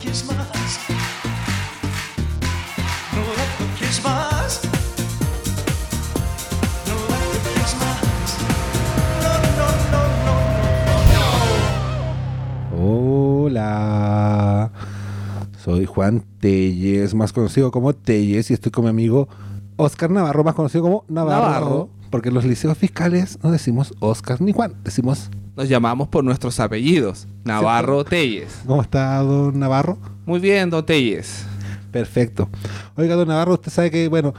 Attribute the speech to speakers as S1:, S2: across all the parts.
S1: Christmas. No luck for Christmas. No luck for Christmas. No, no, no, no, no, no.
S2: Hola, soy Juan Telles, más conocido como Telles, y estoy con mi amigo Oscar Navarro, más conocido como Navarro.
S3: Navarro.
S2: Porque en los liceos fiscales no decimos Oscar ni Juan, decimos
S3: Nos llamamos por nuestros apellidos. Navarro Telles.
S2: ¿Cómo está don Navarro?
S3: Muy bien, don Telles.
S2: Perfecto. Oiga, don Navarro, usted sabe que, bueno,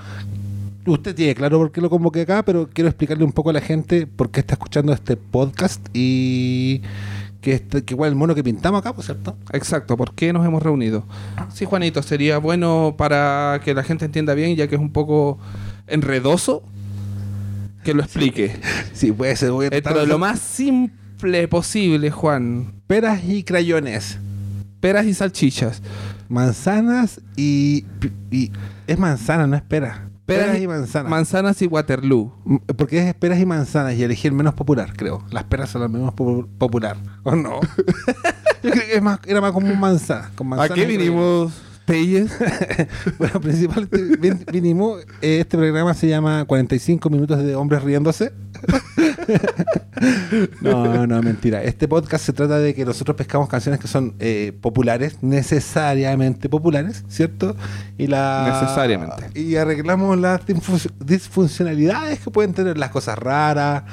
S2: usted tiene claro por qué lo convoqué acá, pero quiero explicarle un poco a la gente por qué está escuchando este podcast y que, este- que igual el mono que pintamos acá, por cierto.
S3: Exacto, ¿por qué nos hemos reunido? Sí, Juanito, sería bueno para que la gente entienda bien, ya que es un poco enredoso, que lo explique.
S2: Sí, puede ser. Voy a tratar
S3: Dentro de
S2: de
S3: lo más simple posible, Juan.
S2: Peras y crayones.
S3: Peras y salchichas.
S2: Manzanas y, pi- y- Es manzana, no es pera. Peras, y manzanas.
S3: Manzanas y Waterloo.
S2: M- Porque es peras y manzanas y elegí el menos popular, creo. Las peras son las menos popu- popular. ¿O no? Yo creo que es más, era más común manzana. Con manzana y crayones.
S3: Telles?
S2: Bueno, principalmente vin- vinimos, eh, este programa se llama 45 minutos de hombres riéndose. no, no, mentira. Este podcast se trata de que nosotros pescamos canciones que son eh, populares, necesariamente populares, ¿cierto? Y la,
S3: Necesariamente.
S2: Y arreglamos las disfun- disfuncionalidades que pueden tener, las cosas raras,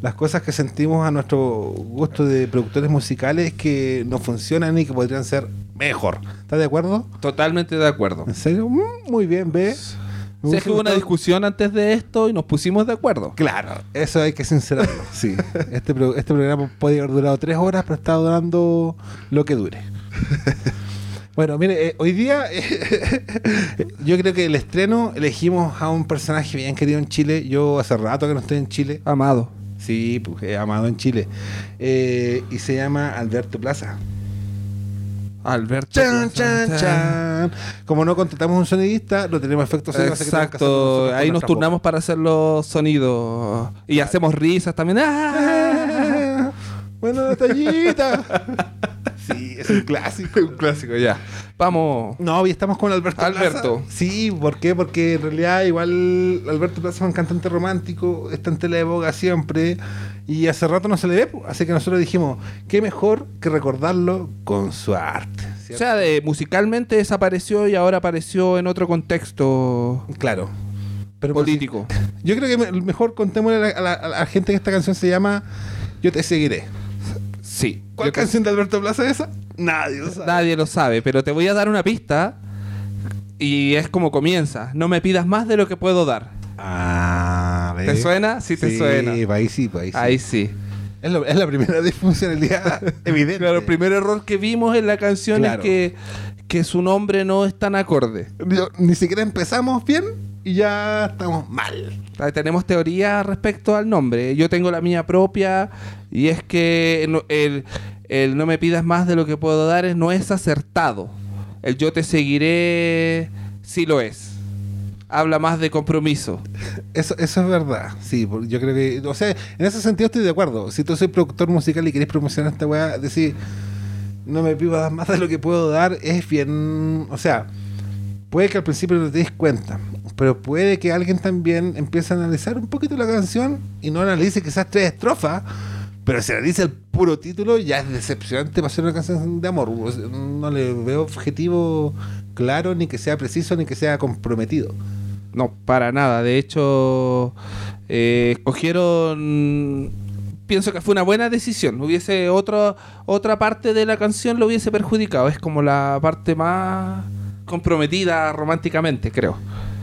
S2: las cosas que sentimos a nuestro gusto de productores musicales que no funcionan y que podrían ser mejor. ¿Estás de acuerdo?
S3: Totalmente de acuerdo.
S2: ¿En serio? Mm, Muy bien, ve. Me
S3: Se
S2: hubiese
S3: hubo una
S2: gustado-
S3: discusión antes de esto y nos pusimos de acuerdo.
S2: Claro, Ah, eso hay que sincerarlo. sí, este, pro- este programa puede haber durado tres horas, pero está durando lo que dure. Bueno, mire, eh, hoy día eh, yo creo que el estreno elegimos a un personaje bien querido en Chile. Yo hace rato que no estoy en Chile.
S3: Amado.
S2: Sí, pues, he amado en Chile. Eh, y se llama Alberto Plaza.
S3: Alberto.
S2: Chan, chan, chan. Como no contratamos un sonidista, lo tenemos efectos sonoros, así que tenemos que hacerlo nosotros
S3: Exacto.
S2: con
S3: Ahí
S2: nuestras
S3: nos
S2: voces.
S3: turnamos para hacer los sonidos. Y hacemos risas también. ¡Ah!
S2: Bueno, Natallita. sí, es un clásico.
S3: Un clásico ya. Vamos.
S2: No, hoy estamos con Alberto Plaza.
S3: Alberto.
S2: Sí, ¿por qué? Porque en realidad igual Alberto Plaza es un cantante romántico, está en tela de boga siempre y hace rato no se le ve, pu. así que nosotros dijimos, qué mejor que recordarlo con su arte.
S3: O
S2: ¿cierto?
S3: sea, de- musicalmente desapareció y ahora apareció en otro contexto
S2: claro. Pero pues
S3: político.
S2: yo creo que me- mejor contémosle a la, a la- a la gente que esta canción se llama Yo te seguiré.
S3: Sí.
S2: ¿Cuál
S3: Yo-
S2: canción de Alberto Plaza es esa? Nadie lo sabe.
S3: Nadie lo sabe, pero te voy a dar una pista. Y es como comienza. No me pidas más de lo que puedo dar.
S2: Ah,
S3: ¿Te suena? Sí, te suena.
S2: Sí, ahí sí, ahí sí.
S3: Ahí sí.
S2: Es, lo- es la primera disfuncionalidad evidente.
S3: Claro, el primer error que vimos en la canción
S2: Claro.
S3: es que, que su nombre no es tan acorde.
S2: Yo- ni siquiera empezamos bien y ya estamos mal.
S3: Ah, Tenemos teoría respecto al nombre. Yo tengo la mía propia y es que no- el, el no me pidas más de lo que puedo dar es- no es acertado. El yo te seguiré sí lo es. Habla más de compromiso.
S2: Eso, eso es verdad. Sí, por- yo creo que. O sea, en ese sentido estoy de acuerdo. Si tú soy productor musical y querés promocionar esta weá, decir. No me pidas más de lo que puedo dar es bien. O sea, puede que al principio no te des cuenta, pero puede que alguien también empiece a analizar un poquito la canción y no analice quizás tres estrofas, pero si analiza el puro título ya es decepcionante para ser una canción de amor. O sea, No le veo objetivo claro, ni que sea preciso, ni que sea comprometido.
S3: No, para nada. De hecho, eh, escogieron. Pienso que fue una buena decisión. Hubiese otra otra parte de la canción lo hubiese perjudicado. Es como la parte más comprometida románticamente, creo.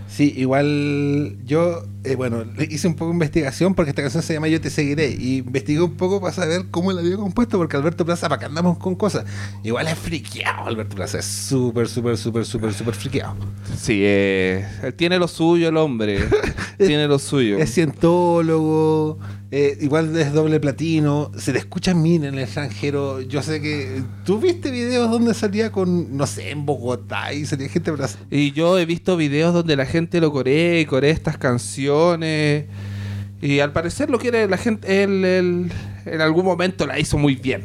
S2: Sí, igual yo, eh, bueno, le hice un poco de investigación porque esta canción se llama Yo te seguiré y investigué un poco para saber cómo la había compuesto porque Alberto Plaza, para que andamos con cosas, igual es friqueado Alberto Plaza, es súper, súper, súper, súper, súper friqueado.
S3: Sí, eh, tiene lo suyo el hombre. tiene lo suyo.
S2: Es cientólogo, eh, igual es doble platino, se le escucha mina en el extranjero. Yo sé que tú viste videos donde salía con, no sé, en Bogotá y salía gente brasileña.
S3: Y yo he visto videos donde la gente lo corea y corea estas canciones. Y al parecer lo quiere la gente. Él, él en algún momento la hizo muy bien.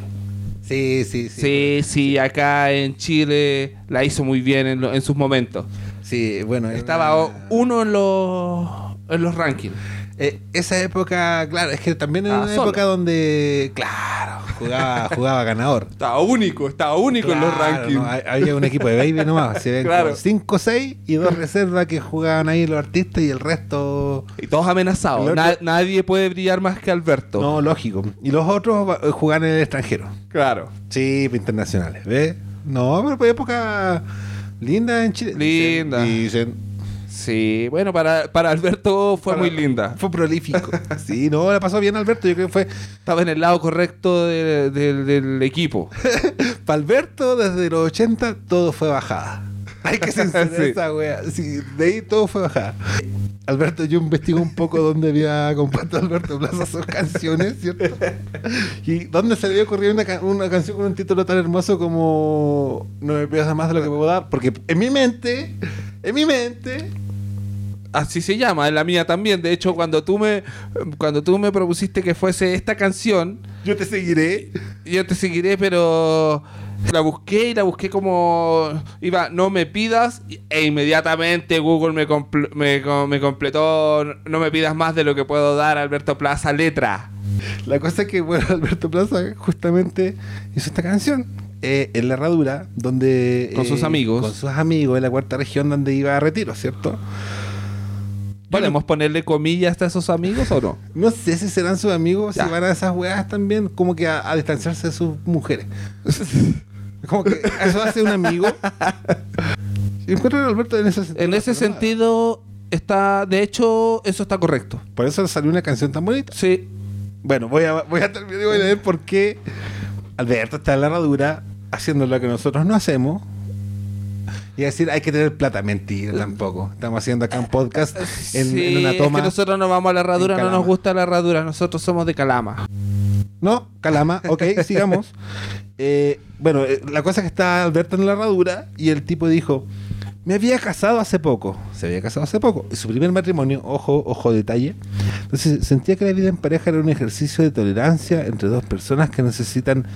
S2: Sí, Sí, sí, sí.
S3: Sí, sí, acá en Chile la hizo muy bien en, lo- en sus momentos.
S2: Sí, bueno. era
S3: Estaba o-
S2: una-
S3: uno en los, en los rankings.
S2: Eh, esa época, claro, es que también era
S3: Ah,
S2: una
S3: solo.
S2: época donde, claro, jugaba, jugaba ganador.
S3: Estaba único, estaba único en los
S2: Claro,
S3: rankings.
S2: no, hay- había un equipo de baby nomás. Se ven
S3: Claro.
S2: 5 6 y dos reservas que jugaban ahí los artistas y el resto.
S3: Y todos amenazados.
S2: El otro-
S3: Na- nadie puede brillar más que Alberto.
S2: No, lógico. Y los otros va- eh, jugaban en el extranjero.
S3: Claro.
S2: Sí, pues, internacionales, ¿ves? No, pero fue época linda en Chile. Dicen-
S3: Linda.
S2: Dicen.
S3: Sí, bueno, para, para Alberto fue
S2: Para-
S3: muy linda.
S2: Fue prolífico. sí, no, la pasó bien Alberto. Yo creo que fue
S3: Estaba en el lado correcto de- de- del equipo.
S2: para Alberto desde los 80 todo fue bajada. Hay que sincerar
S3: Sí.
S2: esa wea. Sí, de ahí todo fue bajada. Alberto, yo investigo un poco dónde había compuesto Alberto Plaza sus canciones, ¿cierto? Y dónde se le había ocurrido una, ca- una canción con un título tan hermoso como No me pidas más de lo que puedo dar, porque en mi mente, en mi mente,
S3: Así se llama, en la mía también. De hecho, cuando tú me cuando tú me propusiste que fuese esta canción,
S2: yo te seguiré.
S3: yo te seguiré, pero la busqué y la busqué como iba, no me pidas e inmediatamente Google me compl- me, co- me completó no me pidas más de lo que puedo dar Alberto Plaza letra.
S2: La cosa es que, bueno, Alberto Plaza justamente hizo esta canción eh, en la herradura, donde...
S3: Con
S2: eh,
S3: sus amigos.
S2: Con sus amigos, en la cuarta región donde iba a retiro, ¿cierto?
S3: ¿Podemos ponerle comillas a esos amigos o no?
S2: No sé si serán sus amigos,
S3: Ya.
S2: si van a esas weas también, como que a, a distanciarse de sus mujeres. como que eso hace un amigo. Yo encuentro a Alberto en ese sentido.
S3: En ese sentido está de hecho eso está correcto.
S2: Por eso salió una canción tan bonita.
S3: Sí.
S2: Bueno, voy a, voy a terminar y voy a leer por qué Alberto está en la herradura haciendo lo que nosotros no hacemos. Y decir, hay que tener plata. Mentira, tampoco. Estamos haciendo acá un podcast en,
S3: Sí,
S2: en una
S3: es
S2: toma.
S3: que nosotros no vamos a la herradura,
S2: en
S3: no nos
S2: Calama.
S3: gusta la herradura, nosotros somos de Calama.
S2: No, calama. Ok, sigamos. Eh, bueno, eh, la cosa es que está Alberto en la herradura y el tipo dijo, me había casado hace poco. Se había casado hace poco. Su primer matrimonio, ojo, ojo detalle. Entonces sentía que la vida en pareja era un ejercicio de tolerancia entre dos personas que necesitan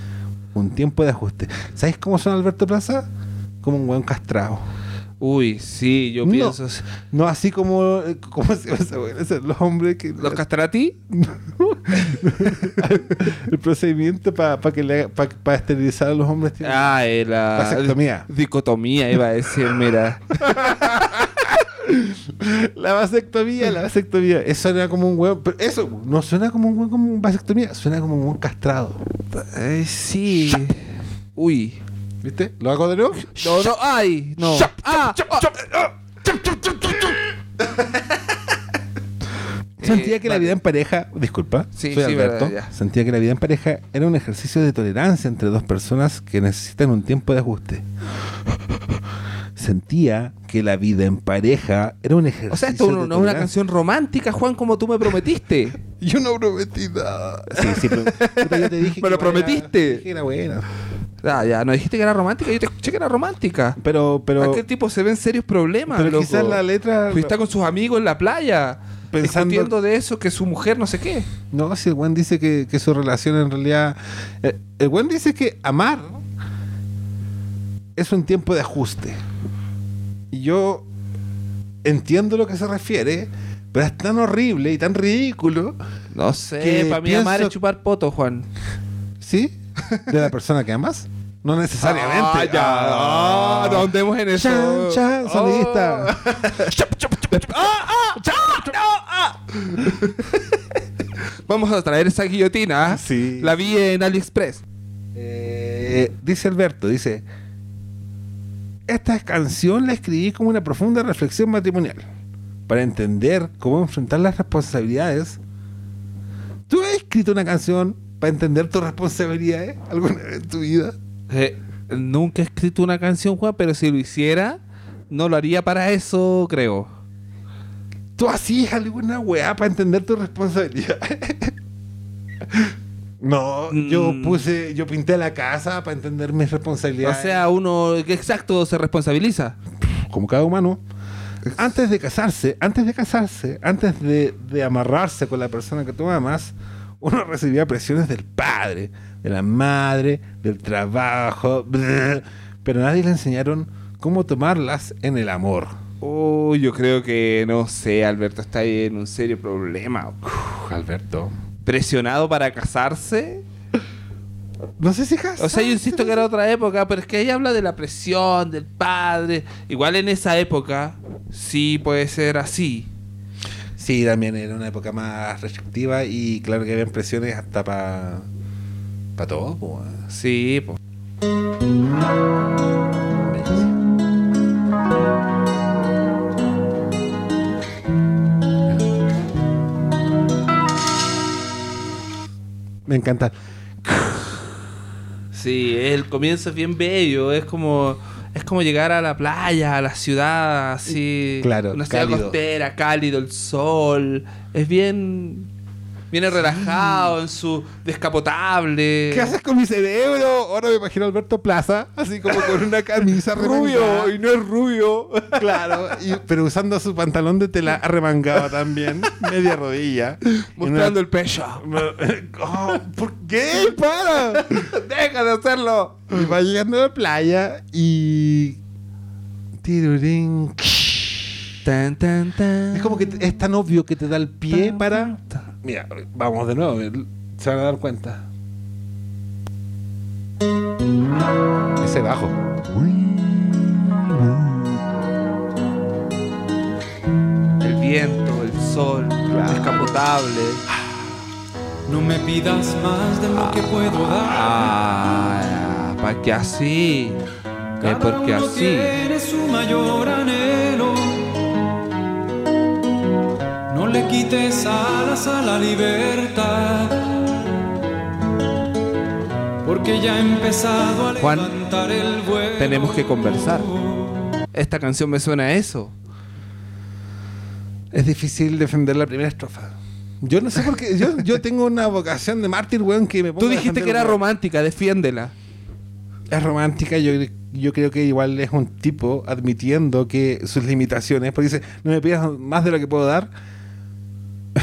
S2: un tiempo de ajuste. ¿Sabes cómo son Alberto Plaza? Como un buen castrado.
S3: Uy, sí, yo
S2: No.
S3: pienso.
S2: No así como, como se llama esa weá? Esos- los hombres que...
S3: ¿Los castrati?
S2: el procedimiento para que le para esterilizar a los hombres tiene-
S3: Ah, eh, la
S2: Vasectomía.
S3: dicotomía iba a decir, mira.
S2: La vasectomía, la vasectomía. Eso suena como un huevo. Pero eso no suena como un huevo como un vasectomía, suena como un huevo castrado.
S3: Eh, sí. Eh, Uy.
S2: ¿Viste? ¿Lo hago de nuevo?
S3: No, no, ay, no. Ah, ah,
S2: Sentía
S3: Eh,
S2: que la
S3: vale.
S2: vida en pareja, disculpa,
S3: Sí,
S2: soy
S3: sí,
S2: Alberto.
S3: verdad, ya.
S2: Sentía que la vida en pareja era un ejercicio de tolerancia entre dos personas que necesitan un tiempo de ajuste. Sentía que la vida en pareja era un ejercicio.
S3: O sea, esto no
S2: de
S3: no es una
S2: tolerancia.
S3: canción romántica, Juan, como tú me prometiste.
S2: Yo no prometí nada. Sí, sí, pero, puta, yo te dije igual
S3: Pero
S2: era-
S3: prometiste.
S2: dije que era buena.
S3: Ah, ya, no dijiste que era romántica, yo te escuché que era romántica.
S2: Pero, pero.
S3: Aquel tipo se ve en serios problemas,
S2: Pero
S3: loco.
S2: quizás la letra.
S3: Pues está con sus amigos en la playa.
S2: Pensando-
S3: Discutiendo de eso, que su mujer no sé qué.
S2: No, si el buen dice que, que su relación en realidad. eh, el buen dice que amar es un tiempo de ajuste. Y yo entiendo lo que se refiere, pero es tan horrible y tan ridículo,
S3: No sé,
S2: Que
S3: para mí
S2: pienso-
S3: amar es chupar poto, Juan.
S2: ¿sí? De la persona que amas. No necesariamente.
S3: Ah, ya. Ah, no andemos en eso. Oh.
S2: Chan, chan, sonidista.
S3: Chup, chup, chup, chup. Ah, ah, cha, no, ah. Vamos a traer esa guillotina. ¿ah?
S2: Sí.
S3: La vi en AliExpress.
S2: Eh, dice Alberto, dice, esta canción la escribí como una profunda reflexión matrimonial, para entender cómo enfrentar las responsabilidades. ¿Tú has escrito una canción para entender tus responsabilidades alguna vez en tu vida?
S3: Eh, nunca he escrito una canción, Juan, pero si lo hiciera, no lo haría para eso, creo.
S2: ¿Tú hacías alguna weá para entender tus responsabilidades? No, yo
S3: Mm.
S2: puse, yo pinté la casa para entender mis
S3: O
S2: responsabilidades.
S3: sea, uno, exacto, se responsabiliza.
S2: como cada humano, antes de casarse, antes de casarse, antes de, de amarrarse con la persona que tú amas, uno recibía presiones del padre, de la madre, del trabajo, brr, pero nadie le enseñaron cómo tomarlas en el amor.
S3: Oh, yo creo que no sé, Alberto está ahí en un serio problema.
S2: Uf, Alberto.
S3: Presionado para casarse.
S2: No sé si casarse.
S3: O sea, yo insisto que era otra época, pero es que ahí habla de la presión, del padre. Igual en esa época, sí puede ser así.
S2: Sí, también era una época más restrictiva y claro que había presiones hasta para para todo. po. ah.
S3: Sí, pues.
S2: Me encanta.
S3: Sí, el comienzo es bien bello, es como es como llegar a la playa, a la ciudad, así,
S2: Claro,
S3: una ciudad
S2: cálido.
S3: costera, cálido, el sol, es bien viene relajado en su descapotable.
S2: ¿Qué haces con mi cerebro? Ahora me imagino a Alberto Plaza, así como con una camisa remangada.
S3: no es rubio.
S2: Claro, y- pero usando su pantalón de tela remangado también, media rodilla.
S3: Mostrando
S2: Y
S3: el pecho.
S2: una- Oh, ¿Por qué? ¡Para!
S3: Deja de hacerlo.
S2: Y va llegando a la playa y... Tirurín.
S3: Tan, tan, tan.
S2: Es como que te- es tan obvio que te da el pie para... Mira, vamos de nuevo, se van a dar cuenta. Ese bajo.
S3: el viento, el sol,
S2: Claro.
S3: descapotable.
S1: No me pidas más de lo que puedo dar.
S3: Ah, para que así. Es
S1: Cada
S3: porque
S1: uno
S3: así.
S1: tiene su mayor anhelo. No le quites alas a la libertad. Porque ya ha empezado a
S3: Juan,
S1: levantar el vuelo.
S3: tenemos que conversar. Esta canción me suena a eso.
S2: Es difícil defender la primera estrofa. Yo no sé por qué. Yo, yo tengo una vocación de mártir, weón, que me pongo
S3: Tú
S2: a
S3: dijiste
S2: defender
S3: que era
S2: la-
S3: romántica, defiéndela.
S2: Es romántica. Yo, yo creo que igual es un tipo admitiendo que sus limitaciones. Porque dice, no me pidas más de lo que puedo dar.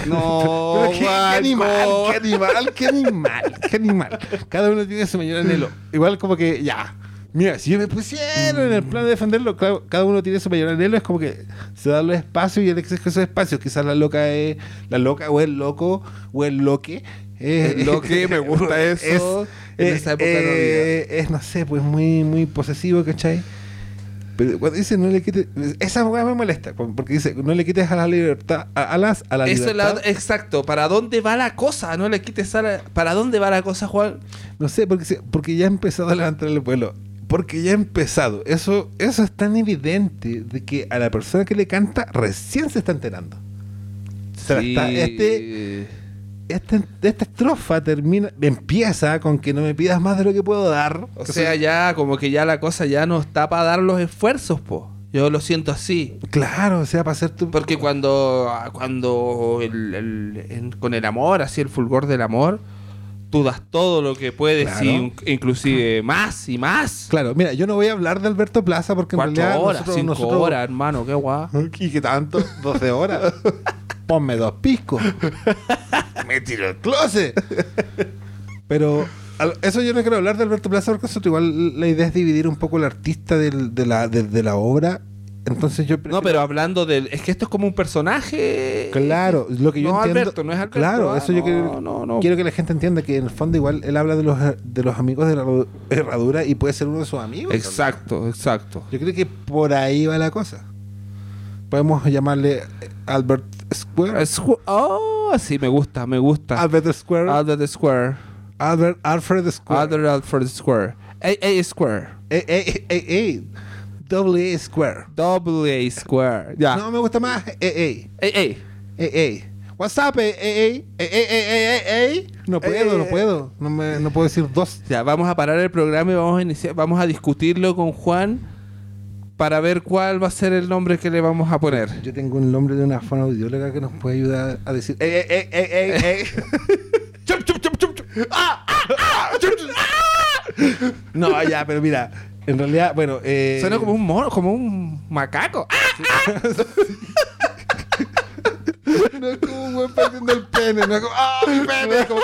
S3: No,
S2: Pero qué, qué animal, qué animal, qué animal, qué animal. Cada uno tiene su mayor anhelo. Igual como que, ya. Mira, si yo me pusieron en el plan de defenderlo, claro, cada uno tiene su mayor anhelo, es como que se da los espacios y el exceso de esos espacios. Quizás la loca es la loca o el loco o el loque. eh,
S3: El loque, me gusta eso. En
S2: es-
S3: esa época no
S2: eh, es, no sé, pues muy, muy posesivo, ¿cachai? Pero cuando dice no le quites. Esa weá me molesta, porque dice no le quites a la libertad, a, alas a la
S3: Eso es la-
S2: libertad.
S3: exacto. ¿Para dónde va la cosa? No le quites a la- ¿Para dónde va la cosa, Juan?
S2: No sé, porque, se- porque ya ha empezado a levantar el vuelo. Porque ya ha empezado. Eso, eso es tan evidente de que a la persona que le canta recién se está enterando. sea, está- este- Esta, esta estrofa termina, empieza con que no me pidas más de lo que puedo dar.
S3: O
S2: Que
S3: sea,
S2: son-
S3: ya como que ya la cosa ya no está para dar los esfuerzos, po. Yo lo siento así.
S2: Claro, o sea, para hacer tu.
S3: Porque cuando, cuando el- el- en- con el amor, así el fulgor del amor, tú das todo lo que puedes
S2: Claro.
S3: y un- inclusive más y más.
S2: Claro, mira, yo no voy a hablar de Alberto Plaza porque en
S3: Cuatro
S2: realidad.
S3: horas,
S2: nosotros-
S3: cinco
S2: nosotros-
S3: horas, hermano, qué guay.
S2: ¿Y qué tanto? 12 horas. Ponme dos piscos. Me tiro el closet. Pero al- eso yo no quiero hablar de Alberto Plaza porque eso igual la idea es dividir un poco el artista del- de, la, de, de la obra. Entonces yo
S3: No,
S2: prefiero-
S3: pero hablando del... Es que esto es como un personaje...
S2: Claro, lo que yo
S3: No,
S2: entiendo.
S3: Alberto, no es Alberto,
S2: Claro,
S3: ah,
S2: eso yo
S3: no,
S2: quiero,
S3: no, no.
S2: quiero que la gente entienda que en el fondo igual él habla de los, de los amigos de la herradu- herradura y puede ser uno de sus amigos.
S3: Exacto, exacto.
S2: Yo creo que por ahí va la cosa. Podemos llamarle Albert Square.
S3: Squ- Oh, sí, me gusta, me gusta.
S2: Albert Square.
S3: Albert Square.
S2: Albert Alfred Square.
S3: Albert Alfred Square. A, A Square.
S2: Eh, eh, eh, eh, Double A Square.
S3: Double A Square. Ya.
S2: No me gusta más. Eh, eh,
S3: Ey, ey.
S2: eh, eh. What's up, eh, eh, eh, eh, eh, eh, eh, eh? No
S3: Eh,
S2: puedo,
S3: eh,
S2: no
S3: eh.
S2: puedo. No, me, no puedo decir dos.
S3: Ya, vamos a parar el programa y vamos a iniciar, vamos a discutirlo con Juan para ver cuál va a ser el nombre que le vamos a poner.
S2: Yo tengo un nombre de una fonoaudióloga que nos puede ayudar a decir. Eh, eh, eh, eh, eh, eh. Chup, chup, chup, chup, chup. Ah, ah, ah, chup, chup, ah. No, ya, pero mira. En realidad, bueno. Eh,
S3: Suena como un mono, como un macaco. ¡Ah!
S2: No es como un weón partiendo el pene, no es como, ¡ah, mi pene! Es como,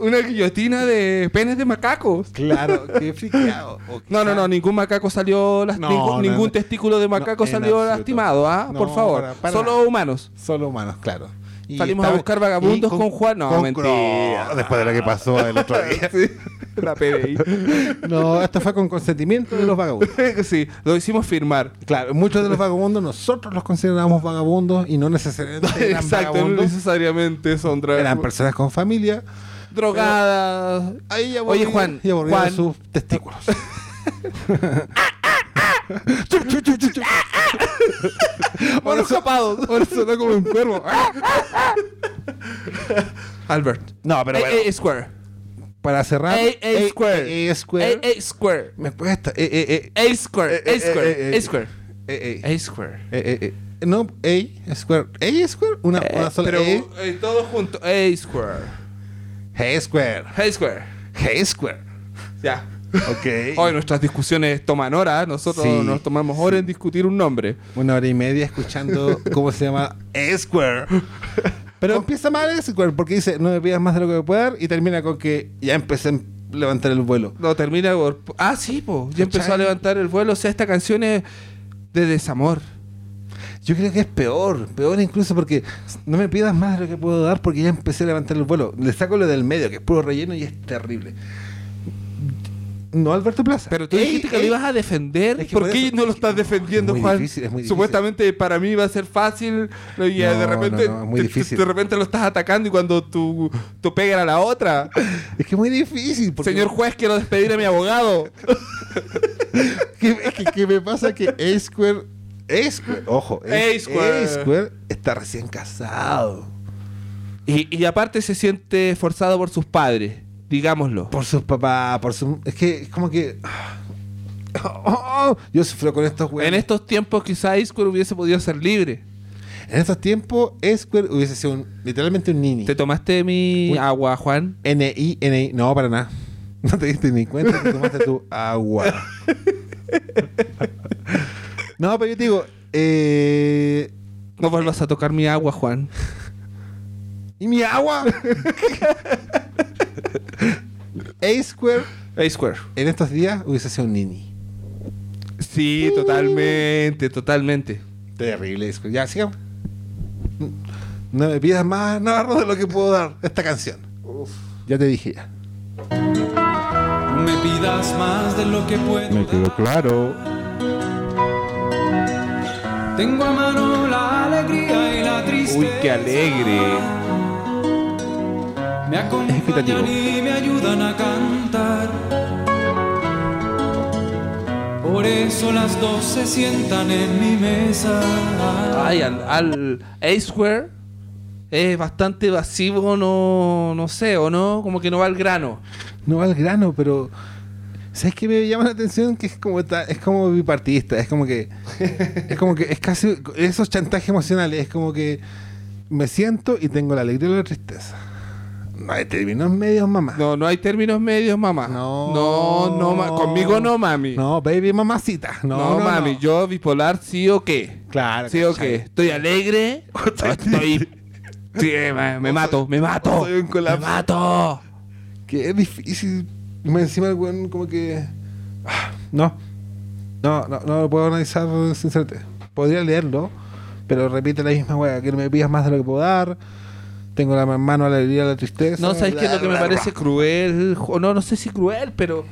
S3: Una guillotina de penes de macacos.
S2: claro, qué friqueado. O
S3: No, no, no, ningún macaco salió lasti-
S2: No,
S3: ningún-
S2: no,
S3: ningún
S2: no.
S3: testículo de
S2: No,
S3: macaco
S2: en
S3: salió
S2: absoluto.
S3: lastimado, ¿ah?
S2: No,
S3: Por favor.
S2: para- para
S3: Solo
S2: nada.
S3: humanos.
S2: Solo humanos, claro. Y
S3: Salimos a buscar vagabundos
S2: y
S3: con Juan. No, mentira.
S2: Cro- después de lo que pasó el otro día.
S3: La PDI.
S2: No, esto fue con consentimiento de los vagabundos.
S3: sí, lo hicimos firmar.
S2: Claro, muchos de los vagabundos nosotros los consideramos vagabundos y no necesariamente eran
S3: Exacto, no
S2: vagabundos.
S3: necesariamente son dra-
S2: Eran personas con familia.
S3: drogadas.
S2: Ahí ya
S3: Oye, Juan,
S2: Y aburrieron
S3: Juan.
S2: sus testículos.
S3: Monos capados.
S2: Ahora suena como un cuervo.
S3: Albert.
S2: No, pero bueno.
S3: A, A Square.
S2: Para cerrar. eh,
S3: A, A Square.
S2: A, A Square. Eh,
S3: A, A Square.
S2: Me cuesta. Eh, eh, eh.
S3: A Square.
S2: Eh,
S3: A
S2: eh, eh,
S3: Square.
S2: eh,
S3: A
S2: Eh, eh.
S3: Square. A Square.
S2: Eh, eh, eh. No, A Square. A Square. Una, una sola. E.
S3: Pero
S2: A.
S3: eh, todo junto. A Square.
S2: G Square.
S3: A Square.
S2: G Square.
S3: Ya.
S2: Ok.
S3: Hoy nuestras discusiones toman horas. Nosotros
S2: Sí,
S3: nos tomamos horas en discutir un nombre.
S2: Una hora y media escuchando cómo se llama A Square.
S3: Oh.
S2: Pero empieza mal A Square porque dice no me pidas más de lo que me pueda dar y termina con que ya empecé a levantar el vuelo.
S3: No, termina por... Ah, sí, po. Ya empezó a
S2: ¿Cachai?
S3: levantar el vuelo. O sea, esta canción es de desamor.
S2: Yo creo que es peor, peor incluso porque no me pidas más de lo que puedo dar porque ya empecé a levantar el vuelo. Le saco lo del medio, que es puro relleno y es terrible. No, Alberto Plaza.
S3: Pero tú
S2: Ey,
S3: dijiste que lo
S2: ey,
S3: ibas a defender.
S2: Es que
S3: ¿Por
S2: por
S3: qué
S2: eso-
S3: no lo estás defendiendo,
S2: Es muy
S3: Juan?
S2: difícil, es muy difícil.
S3: Supuestamente para mí va a ser fácil ¿no? y eh,
S2: No,
S3: de repente
S2: no, no, es muy
S3: te- te-
S2: difícil.
S3: de repente lo estás atacando y cuando tú, tú pegas a la otra.
S2: Es que es muy difícil. porque-
S3: Señor juez, quiero despedir a mi abogado.
S2: ¿Qué, qué- qué me pasa que A Square. A Square. Ojo.
S3: A Square.
S2: A Square está recién casado.
S3: Y, y aparte se siente forzado por sus padres, digámoslo.
S2: Por sus papás, por su. Es que es como que. ah, Oh, oh, yo sufro con estos güeyes.
S3: En estos tiempos quizá Iskur hubiese podido ser libre.
S2: En estos tiempos, A Square hubiese sido un- literalmente un nini.
S3: ¿Te tomaste mi
S2: Uy.
S3: agua, Juan?
S2: N-I, N-I. No, para nada. No te diste ni cuenta que tomaste tu agua. No, pero yo te digo. eh,
S3: No vuelvas a tocar mi agua, Juan.
S2: ¿Y mi agua? A Square
S3: A-Square.
S2: en estos días hubiese sido un nini.
S3: Sí, totalmente, totalmente.
S2: Terrible A Square. Ya, sigamos. No me pidas más, Navarro, de lo que puedo dar esta canción. Ya te dije ya.
S1: Me pidas más de lo que puedo. Me quedó claro. Tengo a mano la alegría y la tristeza.
S3: Uy, qué alegre.
S1: Me
S3: equitativo.
S1: acompañan y me ayudan a cantar. Por eso las dos se sientan en mi mesa.
S3: Ay, al, al A-Square es bastante evasivo, no, no sé, o no, como que no va al grano.
S2: no va al grano, pero ¿sabes qué me llama la atención? Que es como ta- es como bipartidista, es como que es como que es casi esos chantajes emocionales, es como que me siento y tengo la alegría y la tristeza. No hay términos medios, mamá.
S3: No, no hay términos medios, mamá. No, no, ma- conmigo no, mami. No,
S2: No, baby, mamacita. No, no,
S3: mami,
S2: no.
S3: yo bipolar sí o qué.
S2: Claro.
S3: Sí o
S2: ¿cachai?
S3: qué. Estoy alegre. o estoy... Sí, me, me mato, me mato.
S2: soy un
S3: me
S2: colapso.
S3: mato.
S2: Que es difícil. Y más encima el weón como que... ah, No. No, no, no lo puedo analizar sinceramente. Podría leerlo, pero repite la misma weá. Que no me pidas más de lo que puedo dar. Tengo la mano a la alegría, a la tristeza.
S3: No, ¿sabes qué es lo que me
S2: Bla, bla,
S3: parece
S2: bla.
S3: cruel? O no, no sé si cruel, pero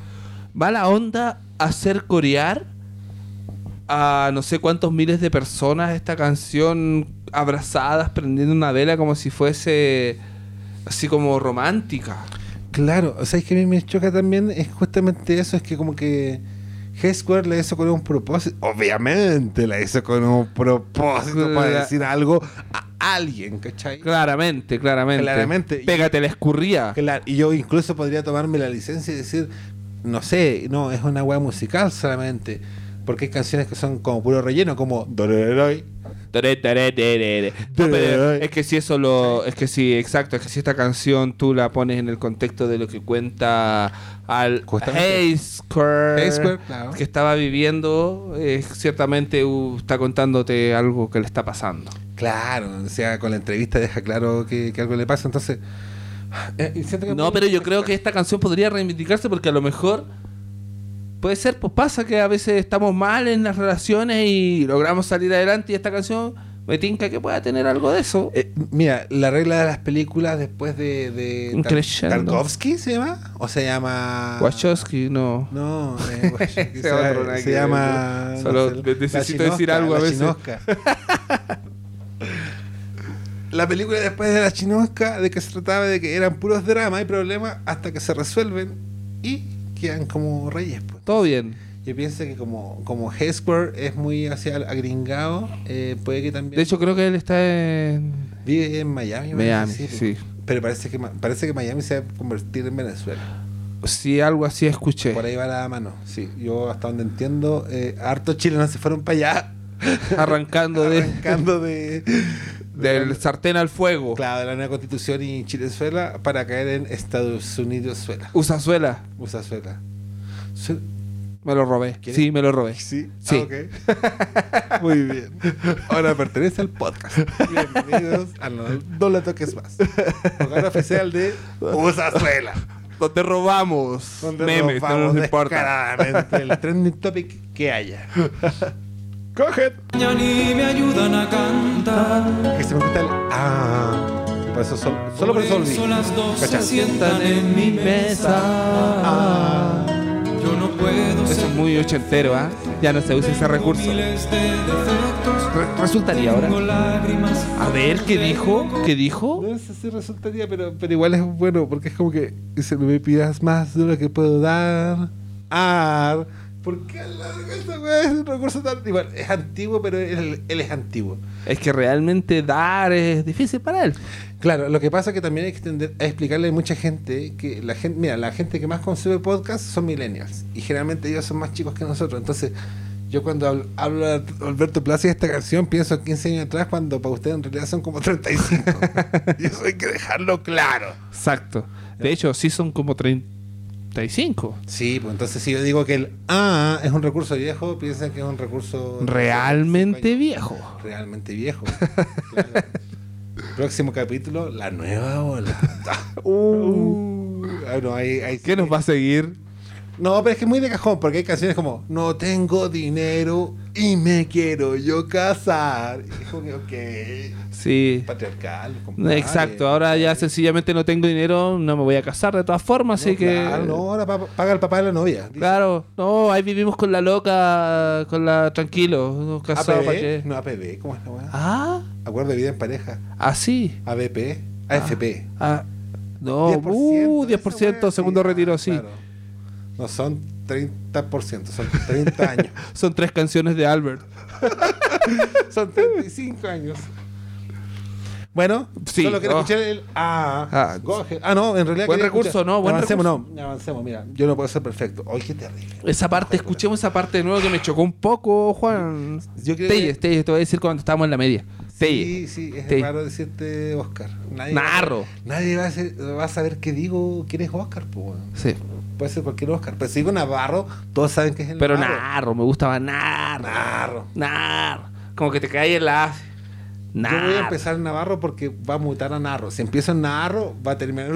S3: va la onda hacer corear a no sé cuántos miles de personas esta canción abrazadas, prendiendo una vela como si fuese así como romántica.
S2: Claro, o sea, es que a mí me choca también es justamente eso. Es que como que... G-Square la hizo con un propósito. Obviamente la hizo con un propósito para
S3: Cla-
S2: decir algo a alguien, ¿cachai?
S3: Claramente, claramente.
S2: Claramente.
S3: Pégate la escurría.
S2: Claro, Ah. y yo incluso podría tomarme la licencia y decir, no sé, no, es una weá musical solamente. Porque hay canciones que son como puro relleno, como Doleroy,
S3: Tere, tere, tere. No, pero es que si eso lo. Es que sí, exacto. Es que si esta canción tú la pones en el contexto de lo que cuenta al
S2: Justamente.
S3: Hey Square,
S2: Hey Square, claro.
S3: que estaba viviendo, eh, ciertamente uh, está contándote algo que le está pasando.
S2: Claro, o sea, con la entrevista deja claro que, que algo le pasa, entonces... eh, y siento que-
S3: No, pero yo creo que esta canción podría reivindicarse porque a lo mejor puede ser, pues pasa que a veces estamos mal en las relaciones y logramos salir adelante y esta canción me tinca que pueda tener algo de eso.
S2: Eh, mira, la regla de las películas después de... de
S3: Un
S2: Tar-
S3: crescendo.
S2: ¿Tarkovsky se llama? ¿O se llama...?
S3: Wachowski, no.
S2: No, eh, Wachowski,
S3: Ese
S2: se,
S3: otro, nada
S2: se
S3: que ver,
S2: llama...
S3: yo
S2: no
S3: solo
S2: sé,
S3: le-
S2: La
S3: necesito decir
S2: Chinosca,
S3: algo a
S2: La
S3: veces.
S2: Chinosca. La película después de la chinosca, de que se trataba de que eran puros dramas y problemas hasta que se resuelven y quedan como reyes. Pues.
S3: Todo bien.
S2: Yo pienso que como, como Hesquare es muy hacia el agringado, eh, puede que también
S3: De hecho, creo que él está en
S2: vive en Miami. parece,
S3: Miami,
S2: pues.
S3: sí.
S2: Pero parece que, ma- parece que Miami se va a convertir en Venezuela.
S3: Sí, algo así escuché.
S2: Por ahí va la mano. Sí, yo hasta donde entiendo, eh, hartos chilenos se fueron para allá,
S3: Arrancando de,
S2: arrancando de,
S3: del sartén al fuego.
S2: claro, de la nueva constitución y Chilezuela para caer en Estados Unidos-Suela.
S3: Usazuela,
S2: Usazuela. Su-
S3: me lo robé.
S2: ¿Quieres?
S3: Sí, me lo robé.
S2: Sí,
S3: Sí.
S2: Ah, ok. Muy bien. Ahora pertenece al podcast. Bienvenidos a los No le toques más. Hogar oficial de Usazuela.
S3: Donde robamos
S2: Donde
S3: memes, no
S2: robamos
S3: nos importa.
S2: descaradamente el trending topic que haya.
S3: Coge.
S1: Ni me ayudan a cantar.
S2: Que se me gusta el. Ah. Por eso sol- solo por eso
S1: Por eso
S2: olvidé.
S1: las dos se
S2: Cachai.
S1: sientan en mi mesa.
S2: Ah.
S3: Ah.
S1: Yo no puedo
S3: Eso es
S1: ser
S3: muy ochentero, ¿ah? Ya no se usa ese recurso.
S1: miles de defectos.
S3: Re- resultaría ahora.
S1: Tengo lágrimas.
S3: A ver, ¿qué dijo? ¿Qué dijo?
S2: No sé si resultaría, pero, pero igual es bueno, porque es como que dice, no me pidas más de lo que puedo dar. Ar. ¿Por qué alarga esa weá? Es un recurso tan. Igual, es antiguo, pero él, él es antiguo.
S3: Es que realmente dar es difícil para él.
S2: Claro, lo que pasa es que también hay que tender a explicarle a mucha gente que la gente, mira, la gente que más consume podcast son millennials y generalmente ellos son más chicos que nosotros. Entonces, yo cuando hablo, hablo de Alberto Plaza y esta canción pienso 15 años atrás cuando para ustedes en realidad son como 35. y eso hay que dejarlo claro.
S3: Exacto. De hecho, sí son como 35.
S2: Sí, pues entonces si yo digo que el ah es un recurso viejo, piensan que es un recurso
S3: Realmente viejo.
S2: realmente viejo. Claro. Próximo capítulo, la nueva ola. Ah, no, ahí- ahí sí
S3: Uh. ¿Qué nos va a seguir?
S2: No, pero es que es muy de cajón, porque hay canciones como No tengo dinero y me quiero yo casar. Y es como que, ok,
S3: Sí.
S2: patriarcal, compadre.
S3: Exacto. Ahora ya sencillamente no tengo dinero, no me voy a casar de todas formas, así
S2: No,
S3: que.
S2: claro, no, ahora pa- paga el papá de la novia. Dice,
S3: Claro, no, ahí vivimos con la loca, con la tranquilo,
S2: Ah,
S3: no, casado para
S2: APB,
S3: qué.
S2: no APB, ¿cómo es la weá?
S3: Ah,
S2: Acuerdo de vida en pareja,
S3: así.
S2: ABP, AFP.
S3: Ah, no, 10%, uh,
S2: 10%
S3: 10%
S2: esa weá,
S3: segundo
S2: sí,
S3: retiro,
S2: ah,
S3: sí.
S2: claro. No son 30%, son 30 años.
S3: Son tres canciones de Albert.
S2: son 35 años. Bueno,
S3: Sí,
S2: solo quiero
S3: oh.
S2: escuchar el ah,
S3: Ah,
S2: ah, ah no, en realidad
S3: Buen
S2: quería
S3: recurso,
S2: escuchar.
S3: ¿no? Buen
S2: avancemos, no, avancemos, mira, yo no puedo ser perfecto. Hoy qué terrible.
S3: Esa parte, escuchemos esa parte de nuevo que me chocó un poco, Juan.
S2: Yo creo
S3: Telles,
S2: que-
S3: Telles, te voy a decir cuando estábamos en la media.
S2: Sí,
S3: Telles.
S2: sí, es
S3: Sí.
S2: raro decirte Oscar. Nadie,
S3: Narro.
S2: Nadie va a, ser- va a saber qué digo, quién es Oscar, po, weón.
S3: Sí.
S2: Puede ser cualquier Oscar, pero si digo Navarro, todos saben que es el
S3: Pero
S2: Navarro.
S3: narro, me gustaba narro.
S2: Narro.
S3: Narro. Como que te cae en la...
S2: Yo voy a
S3: Narro.
S2: empezar en Navarro porque va a mutar a Narro. Si empiezo en Narro, va a terminar.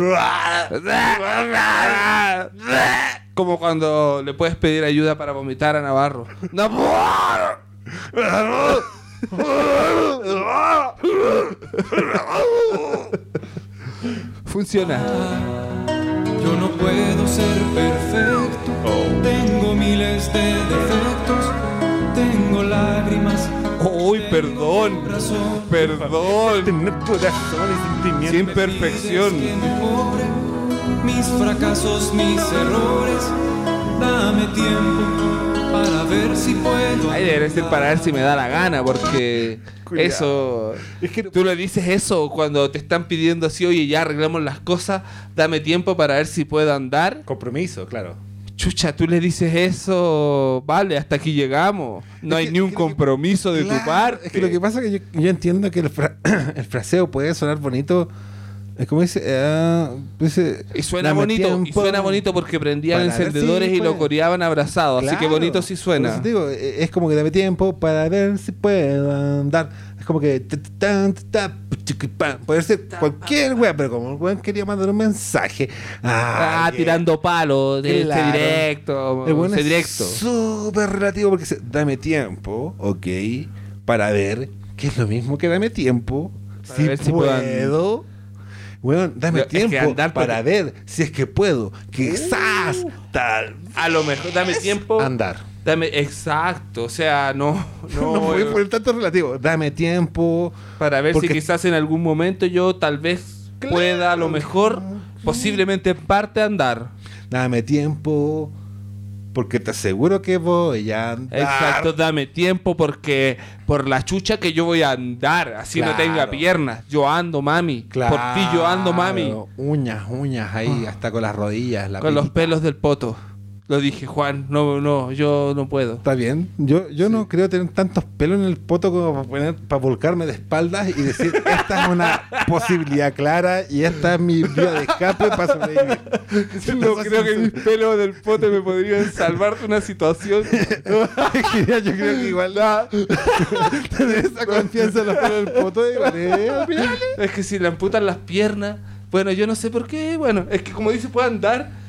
S3: Como cuando le puedes pedir ayuda para vomitar a Navarro. ¡Navarro! Funciona.
S1: Yo no puedo ser perfecto. Tengo miles de defectos. Tengo lágrimas.
S3: ¡Uy, perdón!
S1: Razón.
S3: Perdón.
S2: Tener corazón y sentimiento.
S3: Sin
S1: Me pides que
S3: perfección.
S1: me cobre mis fracasos, mis errores. Dame tiempo para ver si puedo.
S3: Ay, debería ser para ver si me da la gana, porque
S2: Cuidado.
S3: eso.
S2: Es que no-
S3: Tú le dices eso cuando te están pidiendo así, oye, ya arreglamos las cosas, dame tiempo para ver si puedo andar.
S2: Compromiso, claro.
S3: Chucha, tú le dices eso, vale, hasta aquí llegamos. No
S2: Es
S3: hay
S2: que-
S3: ni un
S2: es que-
S3: compromiso de tu
S2: Claro,
S3: parte.
S2: Es que lo que pasa es que yo, yo entiendo que el, fra- el fraseo puede sonar bonito. Es como dice. ah, dice,
S3: Y suena
S2: dame
S3: bonito, y
S2: tiempo.
S3: suena bonito porque prendían
S2: Para ver
S3: encendedores
S2: si
S3: y lo
S2: puede.
S3: coreaban abrazado, así que
S2: Claro.
S3: bonito sí
S2: Por eso
S3: suena.
S2: te digo, e- es como que dame tiempo para ver si puedo andar. Es como que. ta, ta, tan, ta, ta, puchiqui, pam. Puede ser cualquier weá, pero como el weón quería mandar un mensaje.
S3: Ah,
S2: yeah.
S3: tirando palos, de este
S2: Claro.
S3: directo,
S2: El weón
S3: este
S2: es
S3: directo.
S2: súper relativo porque dice, dame tiempo, ok, para ver, que es lo mismo que dame tiempo.
S3: Para
S2: si
S3: ver si puedan-
S2: puedo. Weón, dame
S3: Pero es que
S2: tiempo
S3: andar Uh, por-
S2: para ver si es que puedo. Quizás tal
S3: A lo mejor, dame tiempo.
S2: andar.
S3: Dame, exacto, o sea, no, no,
S2: No, voy
S3: eh,
S2: por el tanto relativo. Dame tiempo.
S3: para ver
S2: porque-
S3: si quizás en algún momento yo tal vez pueda a lo mejor, posiblemente en parte andar.
S2: Dame tiempo. Porque te aseguro que voy a andar.
S3: Exacto, dame tiempo porque por la chucha que yo voy a andar, así no
S2: Claro.
S3: tenga piernas, yo ando mami,
S2: Claro.
S3: por ti yo ando mami. Ah.
S2: Uñas, uñas ahí, hasta con las rodillas. La
S3: Con los
S2: pelita.
S3: pelos del poto. Lo dije, Juan, no, no, yo no puedo.
S2: Está bien. Yo, yo no creo tener tantos pelos en el poto como para, poner, para volcarme de espaldas y decir, esta es una posibilidad clara y esta es mi vía de escape para sobrevivir.
S3: No creo que mis pelos del poto me podrían salvar de una situación.
S2: yo creo que igual da. Tener esa confianza en los pelos del poto igual ¿eh? es admirable.
S3: Es que si le amputan las piernas, bueno, yo no sé por qué, bueno, es que como dice, puede andar.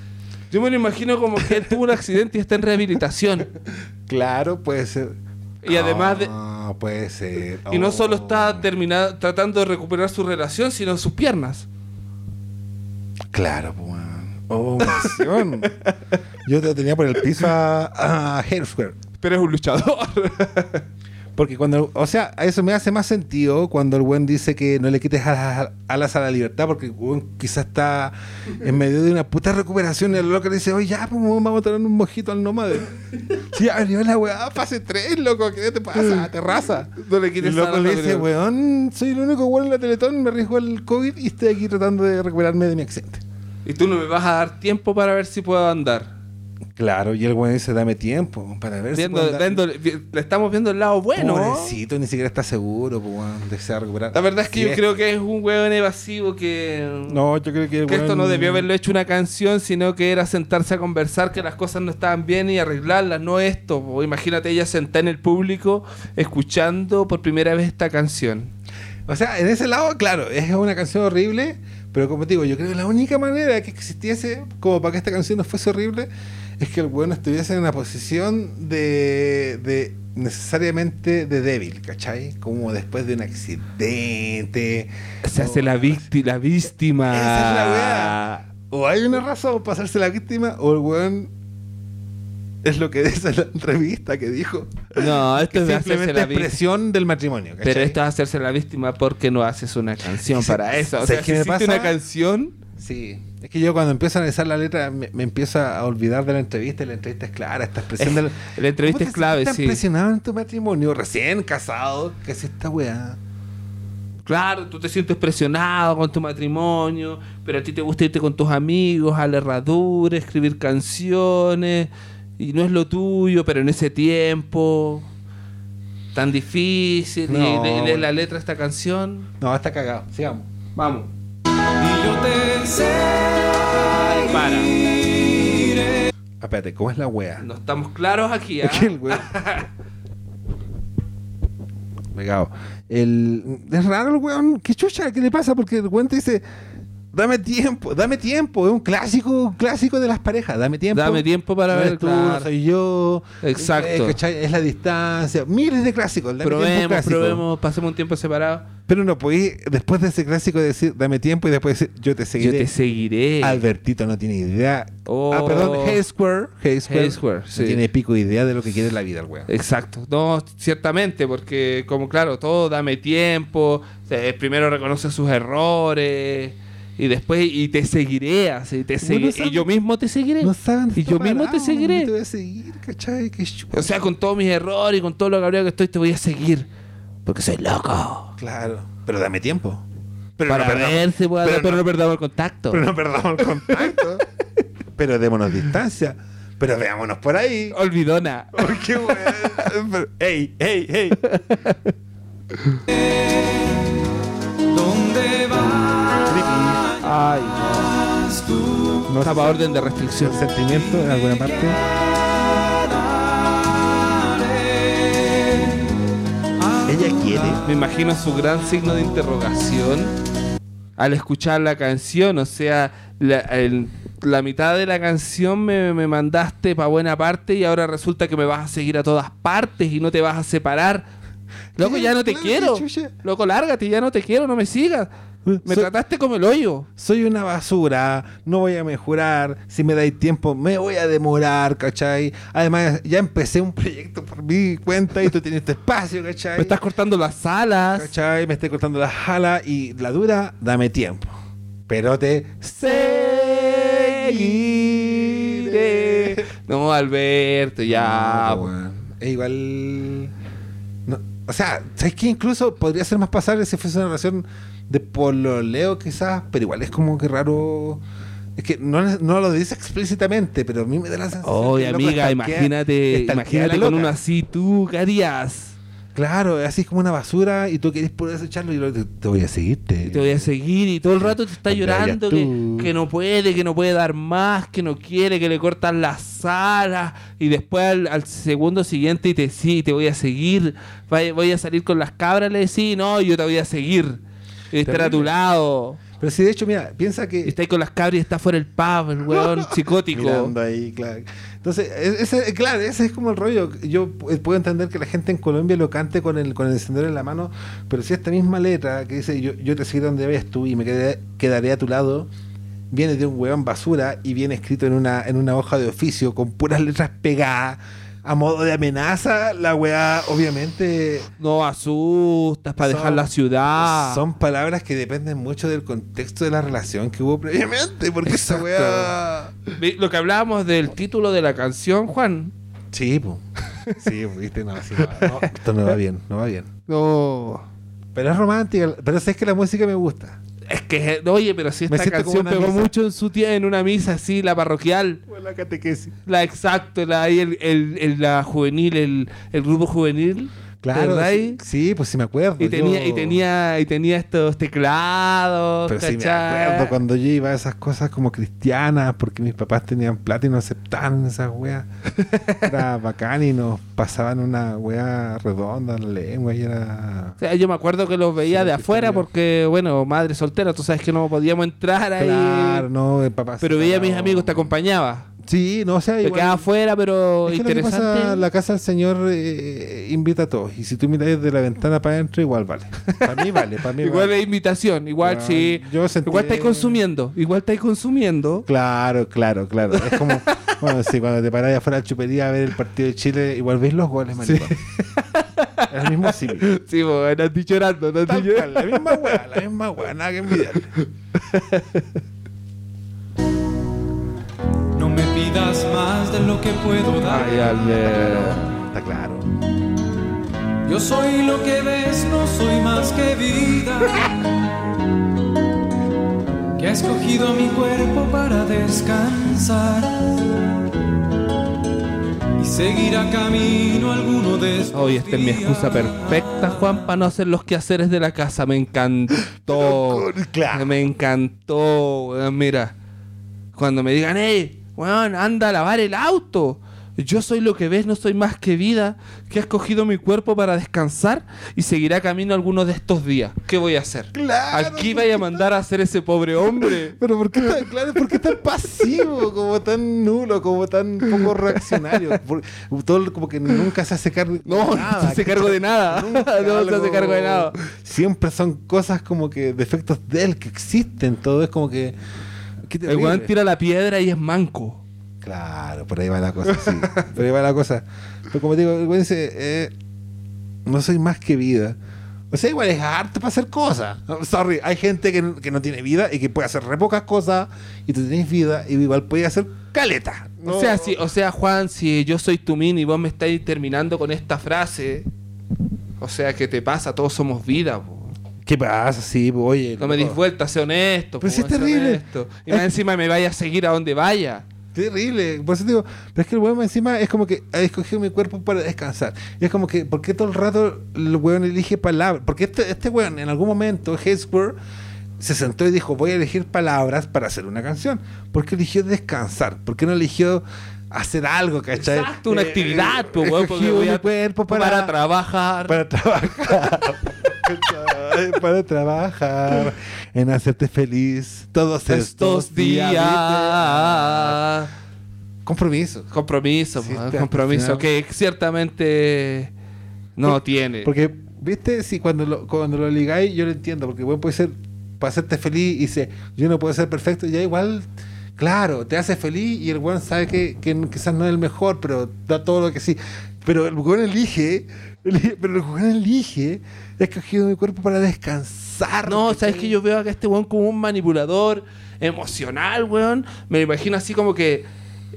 S3: Yo me lo imagino como que él tuvo un accidente y está en rehabilitación.
S2: Claro, puede ser.
S3: Y además de-
S2: No, puede ser.
S3: Y no solo
S2: Ah, Oh.
S3: está terminado, tratando de recuperar su relación, sino sus piernas.
S2: Claro, pues, weón. Oh, emoción. Yo te tenía por el piso a, a Hemsworth.
S3: Pero es un luchador.
S2: Porque cuando, o sea, a eso me hace más sentido cuando el buen dice que no le quites alas, alas a la libertad, porque el buen quizás está en medio de una puta recuperación y el loco le dice, oye, ya, pues weón, vamos a tirar un mojito al nómade. sí, abrió la weá, fase 3, loco, ¿qué te pasa? Terraza.
S3: No le
S2: Y
S3: quites
S2: el loco
S3: nada,
S2: le
S3: no
S2: dice,
S3: creo.
S2: weón, soy el único weón en la Teletón, me arriesgo al COVID y estoy aquí tratando de recuperarme de mi accidente.
S3: Y tú no me vas a dar tiempo para ver si puedo andar.
S2: Claro, y el weón dice, dame tiempo para ver
S3: Viendo-
S2: puedo andar".
S3: dándole- vi- le estamos viendo el lado bueno.
S2: Pobrecito, ni siquiera está seguro, pues, weón, desea recuperar.
S3: La verdad es que
S2: Sí
S3: yo creo que es un hueón evasivo que...
S2: No, yo creo que, el
S3: que esto
S2: weón-
S3: no debió haberlo hecho una canción, sino que era sentarse a conversar que las cosas no estaban bien y arreglarlas, no esto. po. Imagínate ella sentada en el público escuchando por primera vez esta canción.
S2: O sea, en ese lado, claro, es una canción horrible, pero como te digo, yo creo que la única manera que existiese como para que esta canción no fuese horrible es que el weón estuviese en una posición de, de necesariamente de débil, ¿cachai? Como después de un accidente.
S3: Se hace la, vícti- la víctima.
S2: Esa es la weá. O hay una razón para hacerse la víctima, o el weón es lo que dice la entrevista que dijo.
S3: No, esto
S2: Que
S3: es de hacerse
S2: simplemente
S3: la
S2: es
S3: víctima.
S2: presión del matrimonio. ¿cachai?
S3: Pero esto es hacerse la víctima porque no haces una canción
S2: Sí,
S3: para eso. O
S2: ¿sabes
S3: sea,
S2: qué
S3: si
S2: me
S3: hiciste
S2: pasa?
S3: una canción...
S2: Sí, es que yo cuando empiezo a analizar la letra me, me empiezo a olvidar de la entrevista y la entrevista es clara, estás
S3: Es-
S2: presionando.
S3: la entrevista es clave, sí.
S2: presionado en tu matrimonio, recién casado, que es esta weá.
S3: Claro, tú te sientes presionado con tu matrimonio, pero a ti te gusta irte con tus amigos a la herradura, escribir canciones, y no es lo tuyo, pero en ese tiempo tan difícil, y
S2: No.
S3: le- lees la letra de esta canción.
S2: No, está cagado, sigamos.
S3: Vamos.
S1: Y yo te
S3: Para.
S1: seguiré.
S2: Espérate, ¿cómo es la weá?
S3: No estamos claros aquí, ¿ah?
S2: Es que el weón. Me cago. El... Es raro el weón. ¿Qué chucha? ¿Qué le pasa? Porque el weón te dice. Dame tiempo, dame tiempo. Es un clásico, un clásico de las parejas. Dame tiempo.
S3: Dame tiempo para
S2: No
S3: ver,
S2: eres tú,
S3: claro.
S2: no soy yo.
S3: Exacto.
S2: Eh, ¿cachai? Es la distancia. Miles de clásicos. el dame tiempo
S3: Probemos,
S2: clásico.
S3: probemos, pasemos un tiempo separado.
S2: Pero no podí, después de ese clásico, decir dame tiempo y después decir yo te
S3: Yo
S2: seguiré.
S3: te seguiré.
S2: Albertito no tiene idea. Ah,
S3: Oh.
S2: perdón, Hey Square. Hey Square.
S3: Hey Square,
S2: no
S3: sí.
S2: tiene pico idea de lo que quiere la vida el weón.
S3: Exacto, no, ciertamente, porque como claro, todo dame tiempo, eh, primero reconoce sus errores y después y te seguiré, así, te
S2: Bueno,
S3: segui-
S2: sabe-
S3: y yo mismo te seguiré.
S2: No saben dónde
S3: y
S2: está
S3: yo mismo te
S2: parado,
S3: seguiré.
S2: Te voy a seguir, ¿cachai? Qué chulo.
S3: O sea, con todos mis errores y con todo lo cabreado que estoy, te voy a seguir. Porque soy loco.
S2: Claro. Pero dame tiempo. Pero
S3: Para
S2: no perdamos-
S3: perderse, pero,
S2: pero
S3: pero
S2: no-
S3: no perdamos el contacto.
S2: pero no perdamos el contacto. pero démonos distancia. Pero veámonos por ahí.
S3: Olvidona.
S2: Porque, weón, ¡Ey, ey, ey!
S1: ¿Dónde vas
S3: Ay,
S1: tú?
S3: no. Estaba orden de restricción.
S2: sentimiento en alguna parte.
S1: Quedaré.
S2: Ella quiere.
S3: Me imagino su gran signo de interrogación al escuchar la canción. O sea, la, el- la mitad de la canción me, me mandaste para buena parte y ahora resulta que me vas a seguir a todas partes y no te vas a separar. Loco, ya no te
S2: Claro,
S3: quiero.
S2: qué chucha. Eh,
S3: Loco, lárgate, ya no te quiero, no me sigas. Me
S2: So-
S3: trataste como el hoyo.
S2: Soy una basura, no voy a mejorar. Si me dais tiempo, me voy a demorar, ¿cachai? Además, ya empecé un proyecto por mi cuenta y tú tienes tu espacio, ¿cachai?
S3: Me estás cortando las alas.
S2: ¿Cachai? Me estoy cortando la jala y la dura, dame tiempo. Pero te seguiré.
S3: Seguiré. No, Alberto, ya. pues.
S2: No, weón. Es igual. no, o sea, ¿sabes qué? Incluso podría ser más pasable si fuese una relación de pololeo, quizás, pero igual es como que raro. Es que no, no lo dice explícitamente, pero a mí me da la sensación.
S3: Oye,
S2: que el loco
S3: amiga,
S2: stalkea-
S3: imagínate,
S2: stalkea a la
S3: imagínate con
S2: loca.
S3: uno así, tú, ¿qué harías?
S2: Claro, así es como una basura y tú querés poder echarlo y lo- te, te voy a seguirte.
S3: Y Te voy a seguir y todo el rato te está
S2: Te
S3: llorando
S2: vayas
S3: que,
S2: tú.
S3: que no puede, que no puede dar más, que no quiere, que le cortan las alas y después al, al segundo siguiente y te sí, te voy a seguir, Vay- voy a salir con las cabras, le decís, no, yo te voy a seguir, y estar a tu
S2: Terrible.
S3: lado,
S2: Pero si de hecho, mira, piensa que.
S3: y está ahí con las cabras y está fuera el pub, el weón psicótico.
S2: Mirando ahí, claro. Entonces, e- ese, claro, ese es como el rollo. Yo pu- puedo entender que la gente en Colombia lo cante con el, con el encendedor en la mano, pero si esta misma letra que dice yo, yo te seguiré donde vayas tú y me quedaré, quedaré a tu lado, viene de un huevón basura y viene escrito en una, en una hoja de oficio con puras letras pegadas. A modo de amenaza, la weá obviamente
S3: No asustas para
S2: Son-
S3: dejar la ciudad.
S2: son palabras que dependen mucho del contexto de la relación que hubo previamente, porque esa
S3: Exacto.
S2: weá...
S3: Ve- Lo que hablábamos del título de la canción, Juan.
S2: Sí, po. Sí, po, viste, no, sí, no, no, Esto no va bien, no va bien.
S3: No.
S2: Pero es romántica, pero sabes que la música me gusta.
S3: Es que, oye, pero si
S2: Me
S3: esta
S2: siento como
S3: canción
S2: una
S3: pegó
S2: misa.
S3: mucho en su tía, en una misa así, la parroquial,
S2: La catequesis.
S3: la exacto, la ahí el, el- el- la juvenil, el, el grupo juvenil.
S2: Claro,
S3: ¿verdad?
S2: sí, sí, pues sí me acuerdo.
S3: Y tenía,
S2: yo-
S3: y tenía, y tenía estos teclados,
S2: Pero sí me
S3: ¿cachai?
S2: acuerdo cuando yo iba a esas cosas como cristianas, porque mis papás tenían plata y no aceptaban esas weas. Era bacán y nos pasaban una wea redonda en la lengua y era.
S3: O sea, yo me acuerdo que los veía
S2: Sí,
S3: de
S2: sí,
S3: afuera
S2: tenía.
S3: porque, bueno, madre soltera, tú sabes que no podíamos entrar ahí.
S2: Claro, no, el papá.
S3: Pero veía a mis
S2: separado.
S3: amigos, te acompañaba.
S2: Sí, no, o sea,
S3: Te
S2: igual-
S3: quedaba afuera, pero
S2: Es que lo que
S3: interesante.
S2: pasa, la casa del señor eh, invita a todos. Y si tú miras desde la ventana para adentro, igual vale. Para mí vale, para mí
S3: Igual
S2: vale.
S3: es invitación, igual
S2: Claro,
S3: sí.
S2: yo sentí-
S3: Igual estáis consumiendo, igual estáis consumiendo.
S2: Claro, claro, claro. Es como, bueno, sí, cuando te parás afuera de la chupería a ver el partido de Chile, igual ves los goles, maricón. Es el mismo símil.
S3: Sí, bueno, andas llorando, andas
S2: Tal
S3: llorando.
S2: cual, la misma weá, la misma weá, nada que envidiarle.
S1: No me pidas más de lo que puedo dar.
S3: Ay, Albert.
S2: Está claro.
S1: Yo soy lo que ves, no soy más que vida. Que ha escogido a mi cuerpo para descansar. Y seguirá camino alguno de estos
S3: Oye, esta este es mi
S1: días.
S3: excusa perfecta, Juan, para no hacer los quehaceres de la casa. Me encantó.
S2: Pero con- claro.
S3: Me encantó, weón. Mira, cuando me digan, hey, weón, anda a lavar el auto. Yo soy lo que ves, no soy más que vida, que has cogido mi cuerpo para descansar y seguirá camino algunos de estos días. ¿Qué voy a hacer?
S2: Claro,
S3: Aquí vaya a mandar a hacer ese pobre hombre.
S2: Pero ¿por qué tan claro? ¿Por qué tan pasivo? Como tan nulo, como tan poco reaccionario. Por- todo el- como que nunca se hace cargo.
S3: No, no se hace cargo de nada.
S2: Nunca
S3: No se hace
S2: algo-
S3: cargo de nada.
S2: Siempre son cosas como que defectos de él que existen. Todo es como que. qué
S3: El
S2: terrible.
S3: weón tira la piedra y es manco.
S2: Claro, por ahí va la cosa, sí. Por ahí va la cosa. Pero como te digo, el weón dice, eh, no soy más que vida. O sea, igual es harto para hacer cosas. I'm Sorry, hay gente que, n- que no tiene vida y que puede hacer re pocas cosas y tú tenés vida y igual puedes hacer caleta. No-
S3: O sea, si, o sea, Juan, si yo soy tu min y vos me estáis terminando con esta frase, o sea, ¿qué te pasa? Todos somos vida, po.
S2: ¿Qué pasa? Sí, pues, oye.
S3: No me
S2: loco.
S3: dis vuelta, sé honesto.
S2: Pero
S3: po,
S2: si es
S3: sé
S2: terrible.
S3: honesto. Y más
S2: Es-
S3: encima me vaya a seguir a donde vaya.
S2: Terrible. Por eso te digo, pero es que el weón encima es como que ha escogido mi cuerpo para descansar. Y es como que, ¿por qué todo el rato el weón elige palabras? Porque este, este weón en algún momento, Hemsworth, se sentó y dijo, voy a elegir palabras para hacer una canción. ¿Por qué eligió descansar? ¿Por qué no eligió hacer algo, cachai?
S3: Exacto, una
S2: Eh,
S3: actividad, pues, weón,
S2: escogió
S3: porque voy
S2: mi
S3: a-
S2: cuerpo para,
S3: para trabajar.
S2: para trabajar. ¿cachai? para trabajar en hacerte feliz todos estos,
S3: estos días.
S2: Compromiso.
S3: Compromiso,
S2: Sí,
S3: man,
S2: está,
S3: compromiso
S2: está.
S3: que ciertamente no tiene.
S2: Porque, viste, si cuando lo, cuando lo ligáis, yo lo entiendo, porque bueno, puede ser para hacerte feliz y dice, yo no puedo ser perfecto, ya igual, claro, te hace feliz y el weón sabe que, que quizás no es el mejor, pero da todo lo que sí. Pero el weón elige, elige- pero el weón elige, he escogido mi cuerpo para descansar.
S3: Ah, No, sabes que yo veo a este weón como un manipulador emocional, weón. Me imagino así como que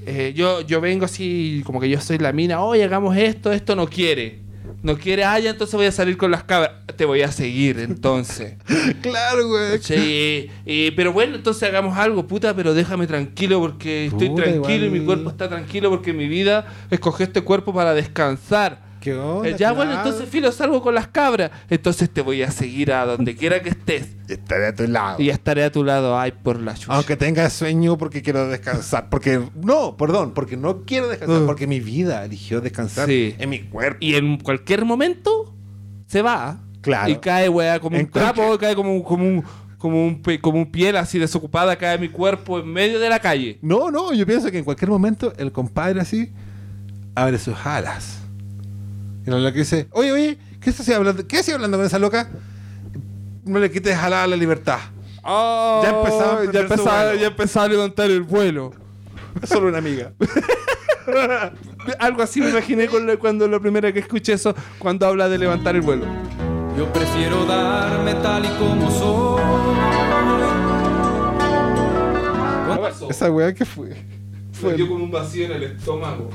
S3: eh, yo, yo vengo así, como que yo soy la mina, oye, hagamos esto, esto no quiere. No quiere, ah, ya entonces voy a salir con las cabras. Te voy a seguir, entonces.
S2: Claro, weón.
S3: Sí, eh, pero bueno, entonces hagamos algo, puta, pero déjame tranquilo porque estoy
S2: Puta,
S3: tranquilo y
S2: igual.
S3: mi cuerpo está tranquilo porque mi vida escogió este cuerpo para descansar.
S2: ¿Qué onda?
S3: Eh, ya, bueno,
S2: Claro.
S3: entonces filo, salgo con las cabras. Entonces te voy a seguir a donde quiera que estés
S2: Estaré a tu lado.
S3: y estaré a tu lado. Ay, por la chucha.
S2: Aunque tenga sueño porque quiero descansar. Porque, no, perdón, porque no quiero descansar.
S3: Mm.
S2: Porque mi vida eligió descansar
S3: Sí.
S2: en mi cuerpo.
S3: Y en cualquier momento se va.
S2: Claro.
S3: Y cae, weá, como
S2: En
S3: un trapo, cae como, un- como un. Como un, pe- como un piel así desocupada cae mi cuerpo en medio de la calle.
S2: No, no, yo pienso que en cualquier momento el compadre así abre sus alas. Y la que dice, oye, oye, ¿qué estás hablando? ¿Qué estás hablando con esa loca? No le quites jalada a la libertad.
S3: Oh,
S2: Ya empezaba a prender
S3: ya
S2: su
S3: empezaba,
S2: vuelo.
S3: ya empezaba a levantar el vuelo.
S2: Es solo una amiga.
S3: Algo así me imaginé con lo- cuando la primera que escuché eso, cuando habla de levantar el vuelo.
S1: Yo prefiero darme tal y como soy.
S2: esa weá que fue. Fue,
S3: con un vacío en el estómago.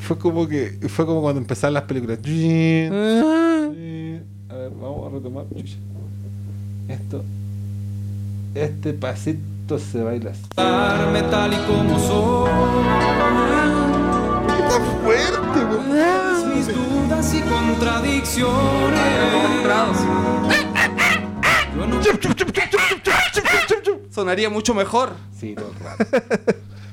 S2: fue como que. Fue como cuando empezaron las películas. A ver, vamos a retomar. Chucha. Esto. Este pasito se baila así.
S1: Darme tal y como soy.
S2: ¡Está fuerte,
S1: Todas mis dudas y contradicciones. Yo no
S3: Sonaría mucho mejor.
S2: Sí, todo el rato.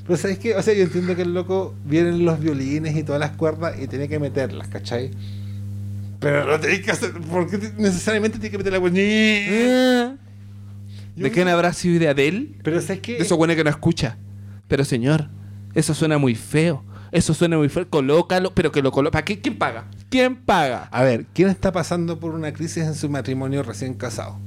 S2: Pero ¿sabes qué? O sea, yo entiendo que el loco vienen los violines y todas las cuerdas y tiene que meterlas, ¿cachai? Pero no tenés que hacer. ¿Por qué te- necesariamente tiene que meter la cuerda?
S1: Eh.
S3: ¿De quién habrá sido idea de él?
S2: Pero ¿sabes qué?
S3: De eso bueno que no escucha. Pero señor, eso suena muy feo. Eso suena muy feo. Colócalo, pero que lo coloque. ¿Para qué? ¿Quién paga? ¿Quién paga?
S2: A ver, ¿quién está pasando por una crisis en su matrimonio recién casado?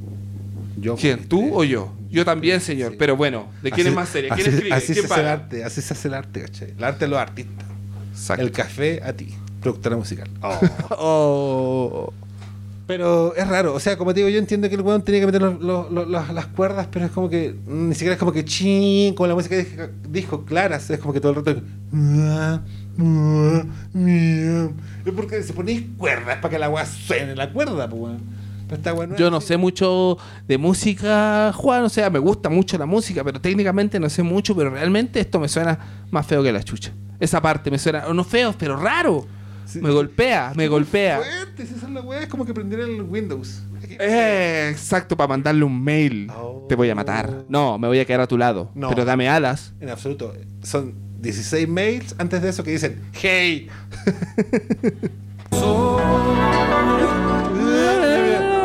S2: Yo. Este,
S3: ¿Quién? ¿Tú o yo? Yo también, señor.
S2: Sí.
S3: Pero bueno, ¿de quién
S2: Así-
S3: es más seria?
S2: Así,
S3: ¿Quién escribe?
S2: así
S3: ¿Quién
S2: se hace el
S3: paga?
S2: arte, así se hace el arte, ¿cachai? El arte a los artistas.
S3: Exacto. Ah.
S2: El café a ti, productora musical.
S3: Oh.
S2: Pero es raro, o sea, como te digo, yo entiendo que el weón tenía que meter los- los- los- las- las cuerdas, pero es como que mm, ni siquiera es como que ching, como la música de- dijo Clara, es como que todo el rato. Es porque se ponéis cuerdas para que la weá suene la cuerda, pues weón. Pero esta weá es
S3: Yo no
S2: así.
S3: sé mucho de música, Juan. O sea, me gusta mucho la música, pero técnicamente no sé mucho. Pero realmente esto me suena más feo que la chucha. Esa parte me suena, no feo, pero raro.
S2: Sí.
S3: Me golpea, me golpea.
S2: Fuerte, si esa es la weá, es como que prendiera el Windows.
S3: Eh, exacto, para mandarle un mail.
S2: Oh.
S3: Te voy a matar. No, me voy a quedar a tu lado.
S2: No.
S3: Pero dame alas.
S2: En absoluto, son 16 mails antes de eso que dicen, hey.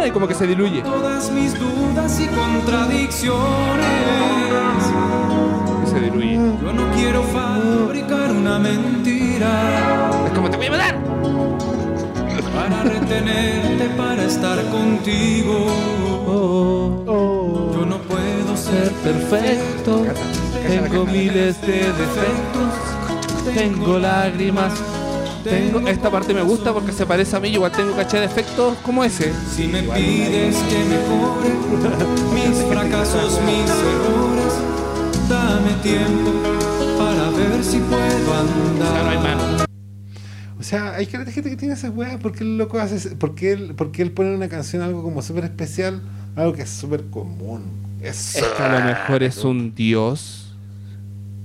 S3: Y como que se diluye.
S1: Todas mis dudas y contradicciones.
S3: Se diluye.
S1: Yo no quiero fabricar una mentira
S3: Es como te voy a matar.
S1: para retenerte, para estar contigo. Yo no puedo ser
S3: perfecto. Tengo miles de defectos. Tengo lágrimas. Tengo. Esta parte me gusta porque se parece a mí. yo Igual tengo caché de defectos como ese.
S1: Si me pides que mejore mis fracasos, mis errores, dame tiempo para ver si puedo andar.
S2: O sea, hay cara de gente que tiene esas weas. ¿Por qué el loco hace.? ese- ¿Por qué él, por qué él pone en una canción algo como súper especial? Algo que es súper común. Es.
S3: Es que a lo mejor es un dios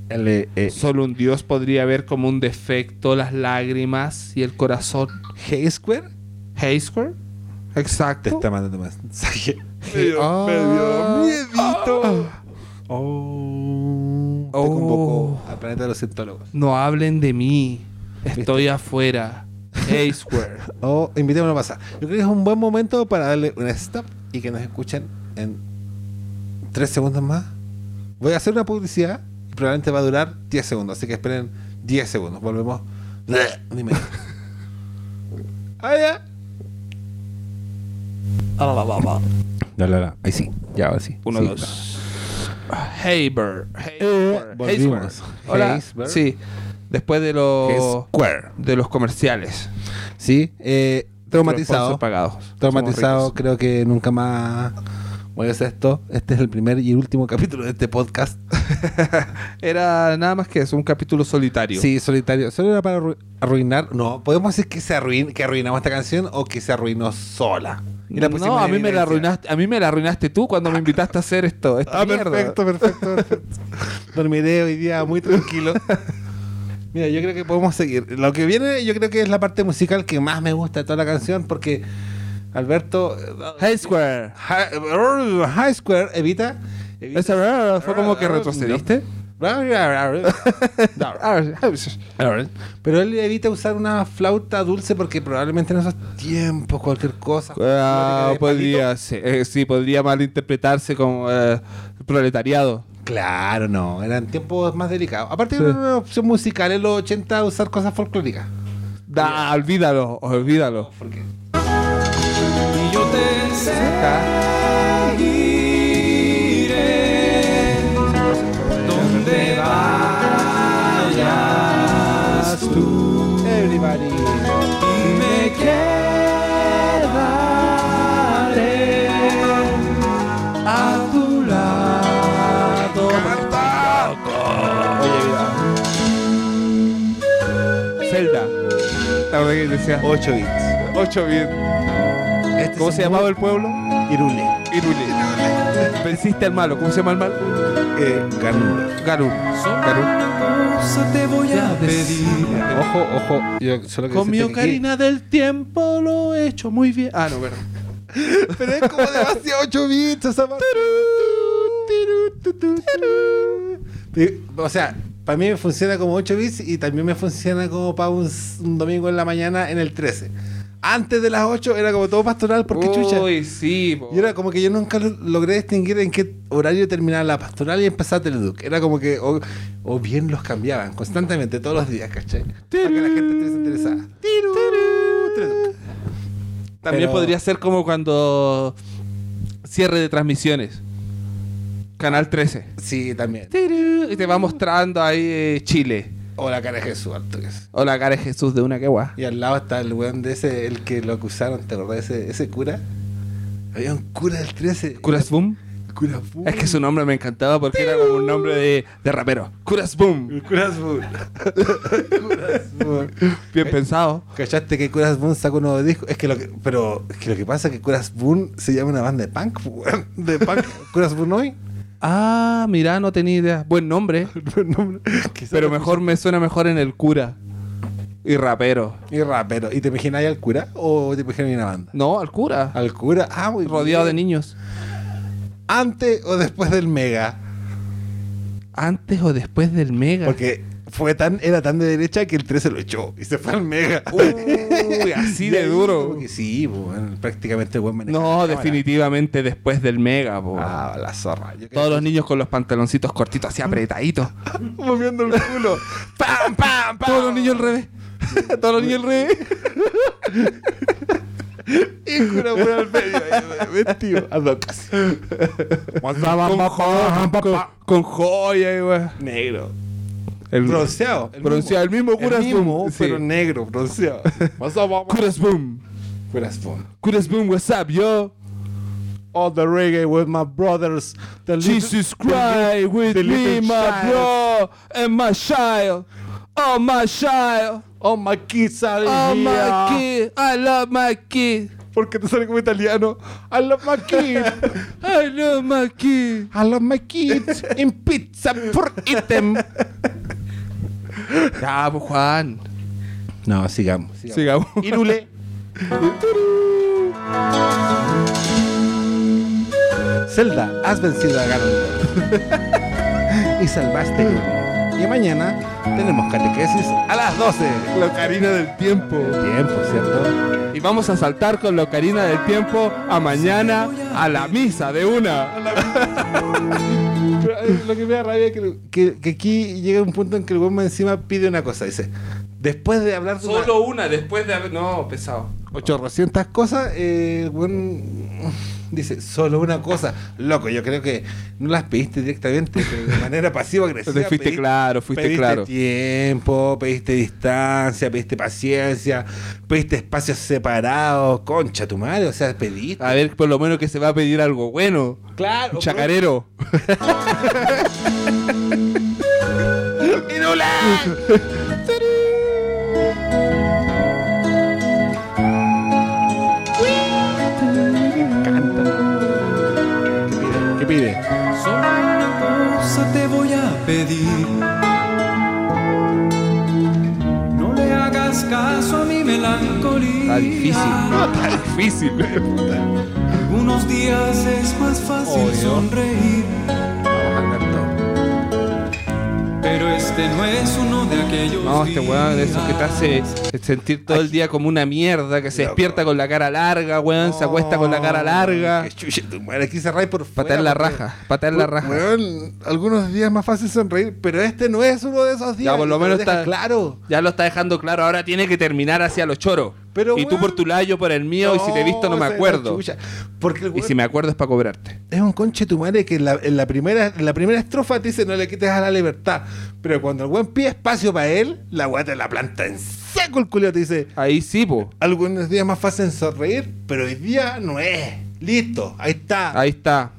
S2: El, eh, eh,
S3: Solo un dios podría ver como un defecto las lágrimas y el corazón.
S2: Hey Square
S3: ¿Hayscore?
S2: te
S3: Exacto.
S2: está mandando mensaje.
S3: Ah.
S2: miedito. Oh. Te
S3: Oh.
S2: convocó al planeta de los cientólogos.
S3: No hablen de mí. Estoy afuera. Hayscore.
S2: O invitémonos a pasar. Yo creo que es un buen momento para darle un stop y que nos escuchen en tres segundos más. Voy a hacer una publicidad y probablemente va a durar 10 segundos, así que esperen 10 segundos. Volvemos. Un email. Allá.
S3: Ah,
S2: No, no, no. Ahí sí. Ya, ahora sí.
S3: Uno,
S2: Sí.
S3: dos. Haber. Hayscore. Hayscore.
S2: volvimos.
S3: Hola.
S2: Hayscore.
S3: Sí. Después de los
S2: Square.
S3: de los comerciales.
S2: Sí. eh,
S3: Sponsors
S2: traumatizado.
S3: pagados. Somos
S2: Traumatizado,
S3: ricos.
S2: creo que nunca más voy a hacer esto. Este es el primer y último capítulo de este podcast.
S3: Era nada más que eso, un capítulo solitario.
S2: Sí, solitario. Solo era para arru- arruinar. No, podemos decir que se arruin que arruinamos esta canción o que se arruinó sola. Y la pusimos
S3: no, a
S2: en
S3: mí me
S2: evidencia.
S3: la arruinaste, a mí me la arruinaste tú cuando me invitaste a hacer esto. esta
S2: Ah,
S3: mierda.
S2: perfecto, perfecto, perfecto. Dormiré hoy día muy tranquilo. Mira, yo creo que podemos seguir. Lo que viene, yo creo que es la parte musical que más me gusta de toda la canción porque Alberto. eh,
S3: Hey Square.
S2: Hi- High Square evita. evita-
S3: Esa verdad, fue como que retrocediste. Ah,
S2: Pero él evita usar una flauta dulce porque probablemente en esos tiempos cualquier cosa.
S3: Ah,
S2: de palito.
S3: podría ser, eh, sí, podría malinterpretarse como eh, proletariado.
S2: Claro, no. Eran tiempos más delicados. Aparte
S3: Sí.
S2: era una opción musical en los 80 usar cosas folclóricas.
S3: Da, olvídalo, olvídalo.
S2: Porque
S1: Y yo te seguiré donde vayas tú.
S2: everybody.
S1: Y me quedaré a tu lado.
S2: Oye, mira,
S3: Zelda. La verdad que decía
S2: 8 bits.
S3: 8 bits.
S2: Este
S3: ¿Cómo
S2: es
S3: se
S2: un
S3: llamaba el pueblo?
S2: Irule.
S3: Irule. Venciste al malo. ¿Cómo se llama el malo?
S2: Eh, Garnula.
S3: Garú. Garú.
S1: Cosa te voy a pedir.
S2: Ojo, ojo. Yo solo
S3: Con mi
S2: decirte que aquí-
S3: ocarina del tiempo lo he hecho muy bien. Ah, no, perdón.
S2: Pero es como demasiado 8 bits esa parte. Y, O sea, para mí me funciona como 8 bits y también me funciona como para un, s- un domingo en la mañana en el 13. Antes de las 8 era como todo pastoral porque chucha.
S3: Uy, sí. po.
S2: Y era como que yo nunca lo- logré distinguir en qué horario terminaba la pastoral y empezaba Teleduc. Era como que o, o bien los cambiaban constantemente todos los días, ¿cachai? Para que la gente estuviese interesada. Teleduc.
S3: También
S2: Pero-
S3: podría ser como cuando cierre de transmisiones. Canal 13.
S2: Sí, también.
S3: Tirú, Y te va mostrando ahí eh, Chile.
S2: O la cara de Jesús, harto que es.
S3: O la cara de Jesús de una que guá.
S2: Y al lado está el weón de ese, el que lo acusaron, ¿te acordás? Ese, ese cura. Había un cura del 13.
S3: Curas Boom.
S2: Cura Fun.
S3: Es que su nombre me encantaba porque era como un nombre de, de rapero. Curas Boom.
S2: El cura Fun. Cura Fun.
S3: Bien pensado.
S2: ¿Cachaste que Curas Boom sacó un nuevo disco? Es que lo que, pero es que lo que pasa es que Curas Boom se llama una banda de punk, pues, weón. De punk. Curas Boom hoy.
S3: Ah, mirá, no tenía idea. Buen nombre. Pero mejor me suena mejor en el cura. Y rapero.
S2: Y rapero. ¿Y te imagináis al cura o te imagináis una banda?
S3: No, al cura.
S2: Al cura. Ah, muy
S3: Rodeado de
S2: bien.
S3: niños.
S2: Antes o después del mega.
S3: Antes o después del mega.
S2: Porque fue tan, era tan de derecha que el 13 lo echó y se fue al mega.
S3: Uy, así de
S2: ahí
S3: duro.
S2: como que Sí, po, bueno, prácticamente buen manejo.
S3: No, definitivamente después del mega, po.
S2: Ah, la zorra. Yo
S3: Todos los niños con los pantaloncitos cortitos así apretaditos.
S2: moviendo el culo. ¡Pam, pam, pam!
S3: Todos los niños al revés. Todos los niños al revés.
S2: Y cura por al medio. ahí, Vestido. A locas.
S3: Con joya, y weón.
S2: Negro.
S3: El
S2: Bronceado.
S3: el bronceado, el mismo
S2: El
S3: Curas
S2: mismo,
S3: Boom.
S2: pero
S3: sí.
S2: negro, bronceado.
S3: Curas Boom.
S2: Curas boom.
S3: Curas Boom, what's up, yo?
S2: All the reggae with my brothers. The little-
S3: Jesus Christ with
S2: the
S3: me,
S2: little
S3: my
S2: child.
S3: bro, and my child. Oh, my child.
S2: All my kids are
S3: Oh,
S2: here.
S3: my kid. I love my kid.
S4: Porque te sale como italiano. I love my kids.
S3: I love my kid.
S4: I love my kids. In pizza for eat them.
S3: Ya, pues Juan.
S2: No, sigamos. sigamos.
S3: Sigamos.
S4: Irule.
S2: Zelda, has vencido a Ganondorf. y salvaste a Yuri. Y mañana tenemos catequesis a las 12.
S4: La carina del tiempo.
S2: Tiempo, ¿cierto?
S3: Y vamos a saltar con la ocarina del tiempo a mañana a la misa de una.
S2: Pero, eh, lo que me da rabia es que, que- que aquí llega un punto en que el goma encima pide una cosa. Dice, después de hablar de una-
S3: una después de haber. No, pesado.
S2: 800 cosas, eh, el weón dice, solo una cosa. Loco, yo creo que no las pediste directamente, pero de manera pasivo-agresiva.
S3: Entonces fuiste
S2: pediste-
S3: claro, fuiste
S2: pediste
S3: claro.
S2: tiempo, pediste distancia, pediste paciencia, pediste espacios separados, concha tu madre, o sea, pediste.
S3: A ver, por lo menos que se va a pedir algo bueno.
S2: claro,
S3: Un chacarero.
S2: ¿qué pide?
S1: Solo una cosa te voy a pedir. No le hagas caso a mi melancolía.
S3: Está difícil.
S4: Está difícil.
S1: Algunos días es más fácil sonreír. Pero este no es uno de aquellos.
S3: No, este weón de esos que te hace sentir todo el día como una mierda, que se despierta con la cara larga, weón, se acuesta con la cara larga.
S2: Que chuche tu madre, aquí cerráis por fuera.
S3: Patear la
S2: porque-
S3: raja, patear la raja.
S2: Weón, algunos días más fácil sonreír, pero este no es uno de esos días.
S3: Ya por lo
S2: y te
S3: menos
S2: deja
S3: está
S2: claro.
S3: Ya lo está dejando claro, ahora tiene que terminar hacia los choros.
S2: Pero,
S3: y tú
S2: weón.
S3: por tu lado, yo por el mío, y si te he visto no me
S2: esa es la
S3: acuerdo.
S2: chucha. Porque el
S3: Y
S2: weón
S3: si me acuerdo es para cobrarte.
S2: es un conche tu madre que en la, en la primera, en la primera estrofa te dice no le quites a la libertad. Pero cuando el weón pide espacio para él, la weá te la planta en seco el culo te dice
S3: Ahí sí, po.
S2: algunos días más fácil sonreír, pero hoy día no es. Listo, ahí está.
S3: Ahí está.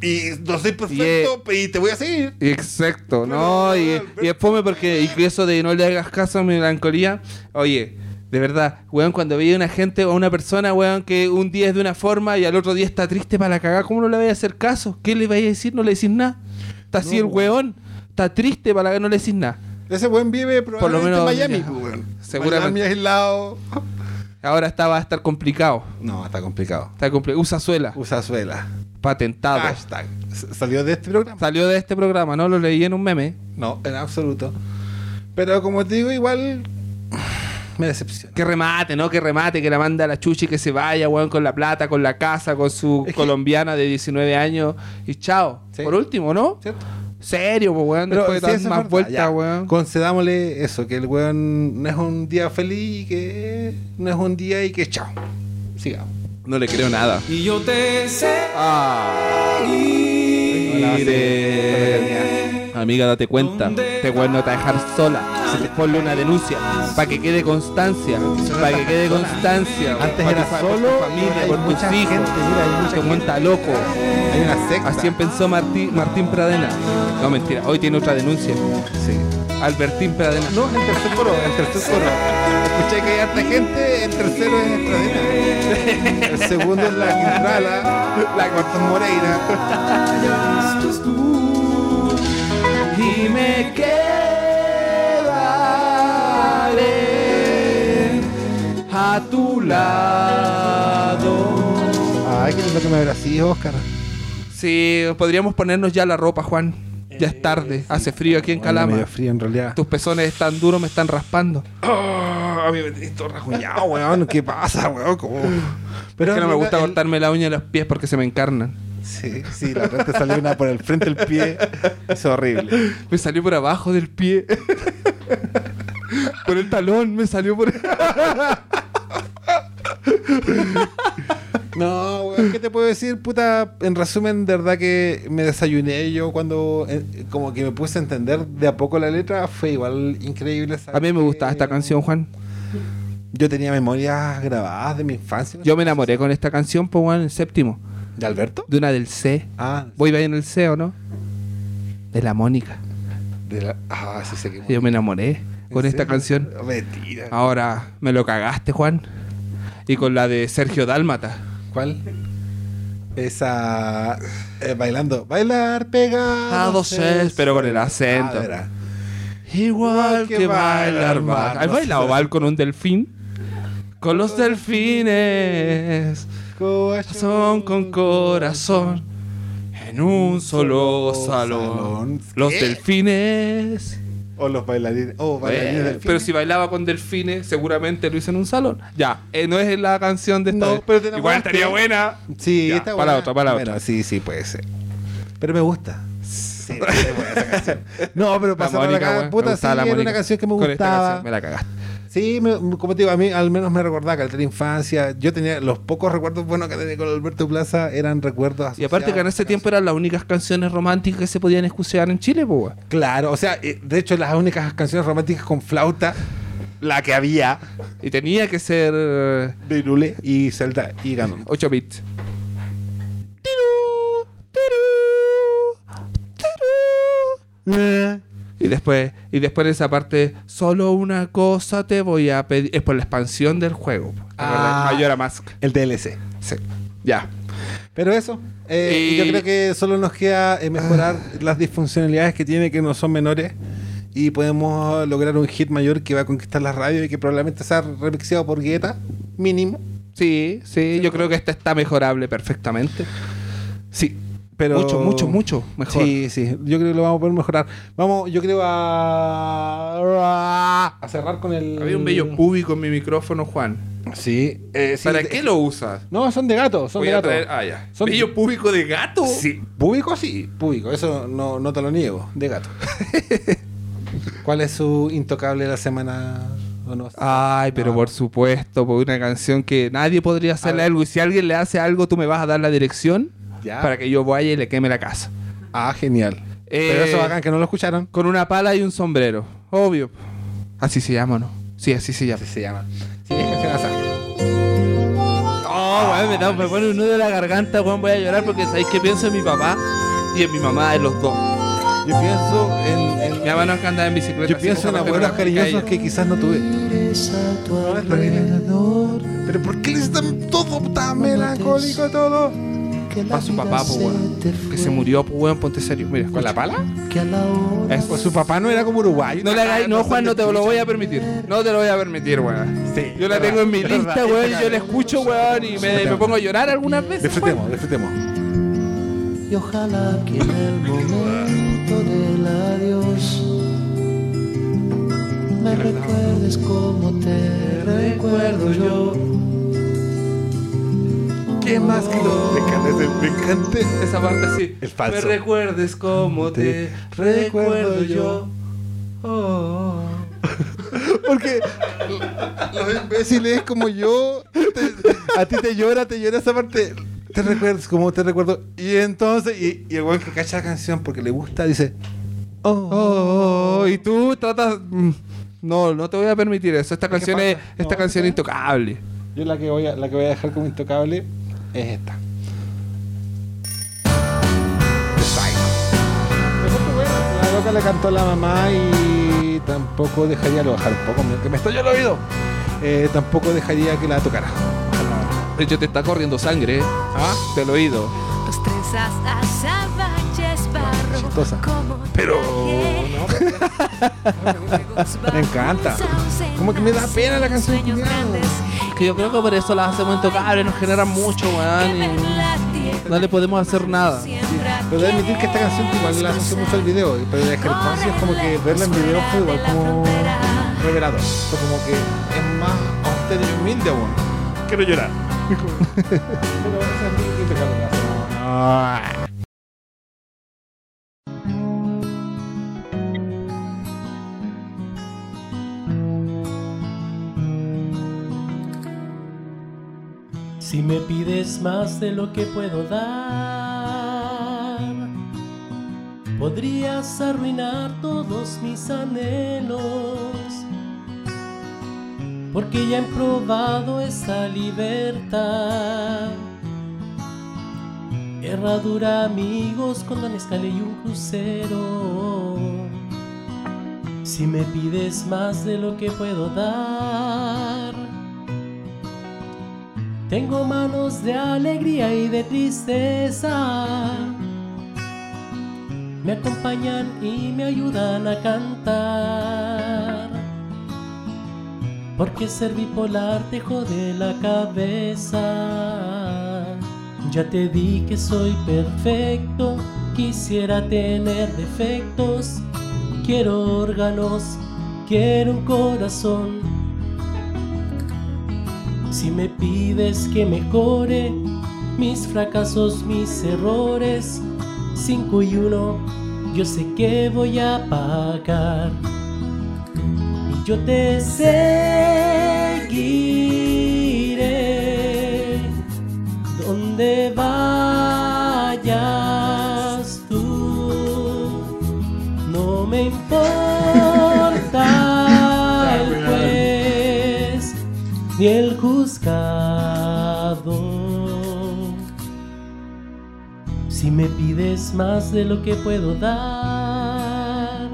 S2: Y no soy perfecto y te voy a seguir.
S3: Exacto, no, y, y es fome porque y eso de no le hagas caso a mi melancolía, oye, de verdad, weón, cuando veía a una gente o a una persona, weón, que un día es de una forma y al otro día está triste para la cagada, ¿cómo no le vais a hacer caso? ¿Qué le vais a decir? No le decís nada. Está así el weón, está triste para la cagada, no le decís nada.
S2: Ese buen vive probablemente
S3: menos,
S2: en Miami,
S3: ya.
S2: pues, weón.
S3: Seguramente.
S2: Miami aislado.
S3: Ahora está, va a estar complicado.
S2: No, está complicado.
S3: Está compli- Usa suela,
S2: Usa suela.
S3: patentado.
S2: Hashtag. S- ¿Salió de este programa?
S3: Salió de este programa, no lo leí en un meme.
S2: No, en absoluto. Pero como te digo, igual me decepciona.
S3: Que remate, ¿no? Que remate, que la manda a la chuchi, que se vaya, weón, con la plata, con la casa, con su
S2: Es que-
S3: colombiana de 19 años. Y chao.
S2: Sí.
S3: Por último, ¿no?
S2: ¿Cierto?
S3: Serio, pues, weón.
S2: Pero
S3: Después
S2: sí,
S3: de
S2: eso es
S3: dar más
S2: verdad,
S3: vueltas,
S2: ya.
S3: weón.
S2: Concedámosle eso, que el weón no es un día feliz y que no es un día y que chao. Sigamos.
S3: No le creo nada.
S1: Y yo te sé.
S3: Ah, amiga, date cuenta.
S1: ¿Dónde
S3: Este weón no te va a dejar sola. Se te ponle una denuncia. Para que quede constancia. Para que quede constancia. weón.
S2: Antes
S3: Pa'
S2: era
S3: tu fa-
S2: solo,
S3: Por tu
S2: y
S3: familia,
S2: hay
S3: por tus
S2: mucha
S3: hijos.
S2: gente, mira, hay mucha
S3: Este weón está loco.
S2: Hay una secta.
S3: Así empezó Martín, Martín Pradena. No, mentira. Hoy tiene otra denuncia.
S2: Sí.
S3: Albertín Pradena.
S2: No, el tercer coro, el tercer coro. Escuché que hay harta gente, el tercero es Estradina. El segundo es la Quintrala, la cuarta es Moreira.
S3: Y me quedaré a tu lado.
S2: Ay, qué lindo que me habrá sido, Oscar.
S3: Sí, podríamos ponernos ya la ropa, Juan. Ya es
S2: Eh,
S3: tarde. Hace frío aquí en Calama.
S2: Medio frío en realidad.
S3: Tus pezones están duros, me están raspando.
S2: Ah, a mí me tenés todo rajuñado, weón. ¿Qué pasa, weón? Como- Pero
S3: es que no me
S2: mira,
S3: gusta
S2: el-
S3: cortarme la uña de los pies porque se me encarnan.
S2: Sí, sí, la verdad te salió una por el frente del pie. Es horrible.
S3: Me salió por abajo del pie. por el talón, me salió por.
S2: No, weón, ¿qué te puedo decir? Puta, en resumen, de verdad que me desayuné yo cuando eh, como que me puse a entender de a poco la letra. Fue igual increíble.
S3: A mí me gustaba esta
S2: canción
S3: canción, Juan.
S2: Yo tenía memorias grabadas de mi infancia.
S3: Yo me enamoré con esta canción, pues, Juan, el séptimo.
S2: ¿De Alberto?
S3: De una del C.
S2: Ah,
S3: Voy a en el C, ¿o no? De la Mónica.
S2: de la... ah sí sé que...
S3: Yo me enamoré con
S2: ¿En
S3: esta
S2: serio?
S3: canción. Ah.
S2: Mentira.
S3: Ahora, me lo cagaste, Juan. y con la de Sergio Dálmata.
S2: ¿Cuál? Esa. eh, bailando. Bailar pegado. Ah,
S3: Pegado es, pero con el acento.
S2: verá.
S3: Igual
S2: que
S3: que
S2: bailar,
S3: bailar más. ¿Has
S2: no
S3: bailado
S2: sé.
S3: bal con un delfín? Con los delfines, corazón con corazón, en un solo salón.
S2: salón.
S3: Los
S2: ¿Qué?
S3: delfines.
S2: O los bailarines. Oh, bailarines
S3: Eh,
S2: del fin.
S3: Pero si bailaba con delfines, seguramente lo hizo en un salón. Ya, eh, no es la canción de esta.
S2: No,
S3: vez.
S2: pero te enamoraste.
S3: Igual estaría buena.
S2: Sí,
S3: Ya,
S2: está
S3: para la
S2: buena.
S3: otra, para la
S2: Bueno,
S3: otra.
S2: sí, sí, puede ser. Pero me gusta. Sí, es buena esa canción. No, pero
S3: La
S2: pasando la
S3: Mónica,
S2: ca-
S3: weón, me
S2: puta, sí,
S3: gustaba la
S2: era
S3: Mónica.
S2: una canción que me
S3: Con esta
S2: gustaba.
S3: canción me la cagaste.
S2: Sí, me- me- como te digo, a mí al menos me recordaba que al tener infancia, yo tenía los pocos recuerdos buenos que tenía con Alberto Plaza eran recuerdos
S3: Y aparte
S2: asociados
S3: que en ese
S2: a canciones.
S3: tiempo eran las únicas canciones románticas que se podían escuchar en Chile, pues. weón.
S2: Claro, o sea, eh, de hecho las únicas canciones románticas con flauta, la que había
S3: Y tenía que ser eh,
S2: de Lule y Zelda y Ganon.
S3: 8 bits. Y después, y después esa parte, solo una cosa te voy a pedir. Es por la expansión del juego. po. ¿Te
S2: Ah.
S3: acordás? Mayora Mask.
S2: El DLC.
S3: Sí. Ya.
S2: Pero eso, eh,
S3: Y- Ah.
S2: yo creo que solo nos queda eh, mejorar las disfuncionalidades que tiene, que no son menores, y podemos lograr un hit mayor que va a conquistar la radio y que probablemente sea remixado por Guetta, mínimo.
S3: Sí, sí, yo creo que esta está mejorable perfectamente.
S2: Sí, pero...
S3: Mucho, mucho, mucho mejor.
S2: Sí, sí, yo creo que lo vamos a poder mejorar. Vamos, yo creo a... A cerrar con el...
S3: Había un bello público en mi micrófono, Juan.
S2: Sí. eh, sí,
S3: ¿Para
S2: de-
S3: qué lo usas?
S2: No, son de gato, son
S3: Voy
S2: de
S3: a
S2: gato.
S3: traer. Ah, ya.
S2: Son-
S3: ¿Bello público de gato?
S2: Sí, público sí, público, eso no, no te lo niego, de gato. ¿Cuál es su intocable de la semana? ¿O no?
S3: Ay, pero por supuesto, por una canción que nadie podría hacerle
S2: ver.
S3: algo. Y si alguien le hace algo, tú me vas a dar la dirección
S2: Ya.
S3: para que yo vaya y le queme la casa.
S2: Ah, genial.
S3: Eh,
S2: Pero eso bacán que no lo escucharon.
S3: Con una pala y un sombrero. Obvio. Así se llama, ¿no? Sí, así se llama.
S2: Así se llama. Sí, es canción azar.
S3: Oh, weón, me, da- me pone un nudo en la garganta, weón. Voy a llorar porque sabéis que pienso en mi papá y en mi mamá, en los dos.
S2: Yo pienso en... en-
S3: Mi mamá nunca andaba en bicicleta.
S2: yo pienso en
S3: siempre
S2: abuelos
S3: fue con la
S2: cariñosos
S3: calle.
S2: que quizás no tuve. No, es terrible. Pero ¿por qué les dan todo tan melancólico todo?
S3: Pa' su papá, po, weón. Que se murió, po, weón, ponte serio. Mira,
S2: ¿Con la pala?
S3: Es-
S2: Pues su papá no era como uruguayo.
S3: No le hagáis, Ah, no, Juan, no te lo voy a permitir. No te lo voy a permitir, weón.
S2: Sí,
S3: Yo la
S2: verdad,
S3: tengo en mi
S2: verdad,
S3: lista,
S2: esta
S3: weón, y yo
S2: canción.
S3: la escucho, weón, y me, me pongo a llorar algunas veces. weón.
S2: Disfrutemos, disfrutemos.
S5: Y ojalá que en el momento del adiós me recuerdes como te recuerdo yo.
S2: ¿Qué más que lo Me encanta ese- me encanta.
S3: Esa parte así.
S2: Es falso.
S3: Me recuerdes como te,
S2: Te
S3: recuerdo
S2: recuerdo
S3: yo.
S2: yo.
S3: Oh,
S2: Porque los imbéciles como yo, te- a ti te llora, te llora esa parte. Te recuerdas como te recuerdo. Y entonces, y, y el weón que cacha la canción porque le gusta, dice.
S3: oh, oh, oh. Y tú tratas. mm, No, no te voy a permitir eso. Esta canción es,
S2: pasa?
S3: esta
S2: No,
S3: canción
S2: ¿qué
S3: es intocable.
S2: Yo la que voy a, la que voy a dejar como intocable es esta. The Sign. Me gusta, bueno, La loca le cantó la mamá y tampoco dejaría lo bajar un poco, mira que me estoy el oído. Eh, tampoco dejaría que la tocara.
S3: De hecho, te está corriendo sangre. ¿eh?
S2: Ah.
S3: Del oído.
S6: Los tres astas, azabaches, barro.
S2: Chistosa.
S6: Pero.
S2: Me encanta. Como que me da pena la canción, culiao.
S3: Que yo creo que por eso las hacemos intocables, nos generan mucho, weón. y- no le podemos hacer nada.
S2: Pero debo admitir que esta canción que igual la asocio mucho al video, pero el discrepancia es como que verla en video fue igual como revelador. Fue como que es más austero y humilde aún. Quiero llorar. pero esa es mi impecable canción.
S5: Si me pides más de lo que puedo dar, podrías arruinar todos mis anhelos, porque ya he probado esa libertad. Herradura, amigos, con la escala y un crucero. Si me pides más de lo que puedo dar, Tengo manos de alegría y de tristeza. Me acompañan y me ayudan a cantar. Porque ser bipolar te jode la cabeza. Ya te di que soy perfecto. Quisiera tener defectos. Quiero órganos. Quiero un corazón. Si me pides que mejore mis fracasos, mis errores, 5 y 1, yo sé que voy a pagar. Y yo te seguiré donde vayas tú. No me importa el juez ni el juzgado. Si me pides más de lo que puedo dar,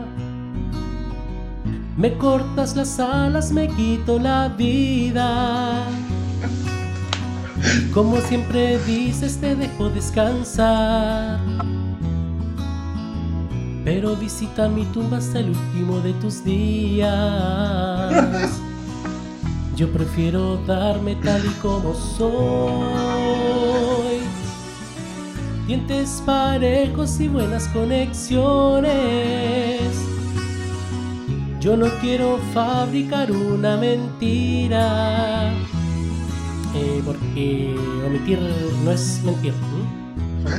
S5: me cortas las alas, me quito la vida. Como siempre dices, te dejo descansar. Pero visita mi tumba hasta el último de tus días. Yo prefiero darme tal y como soy. Dientes parejos y buenas conexiones. Yo no quiero fabricar una mentira. Eh, porque omitir no es mentir. ¿m?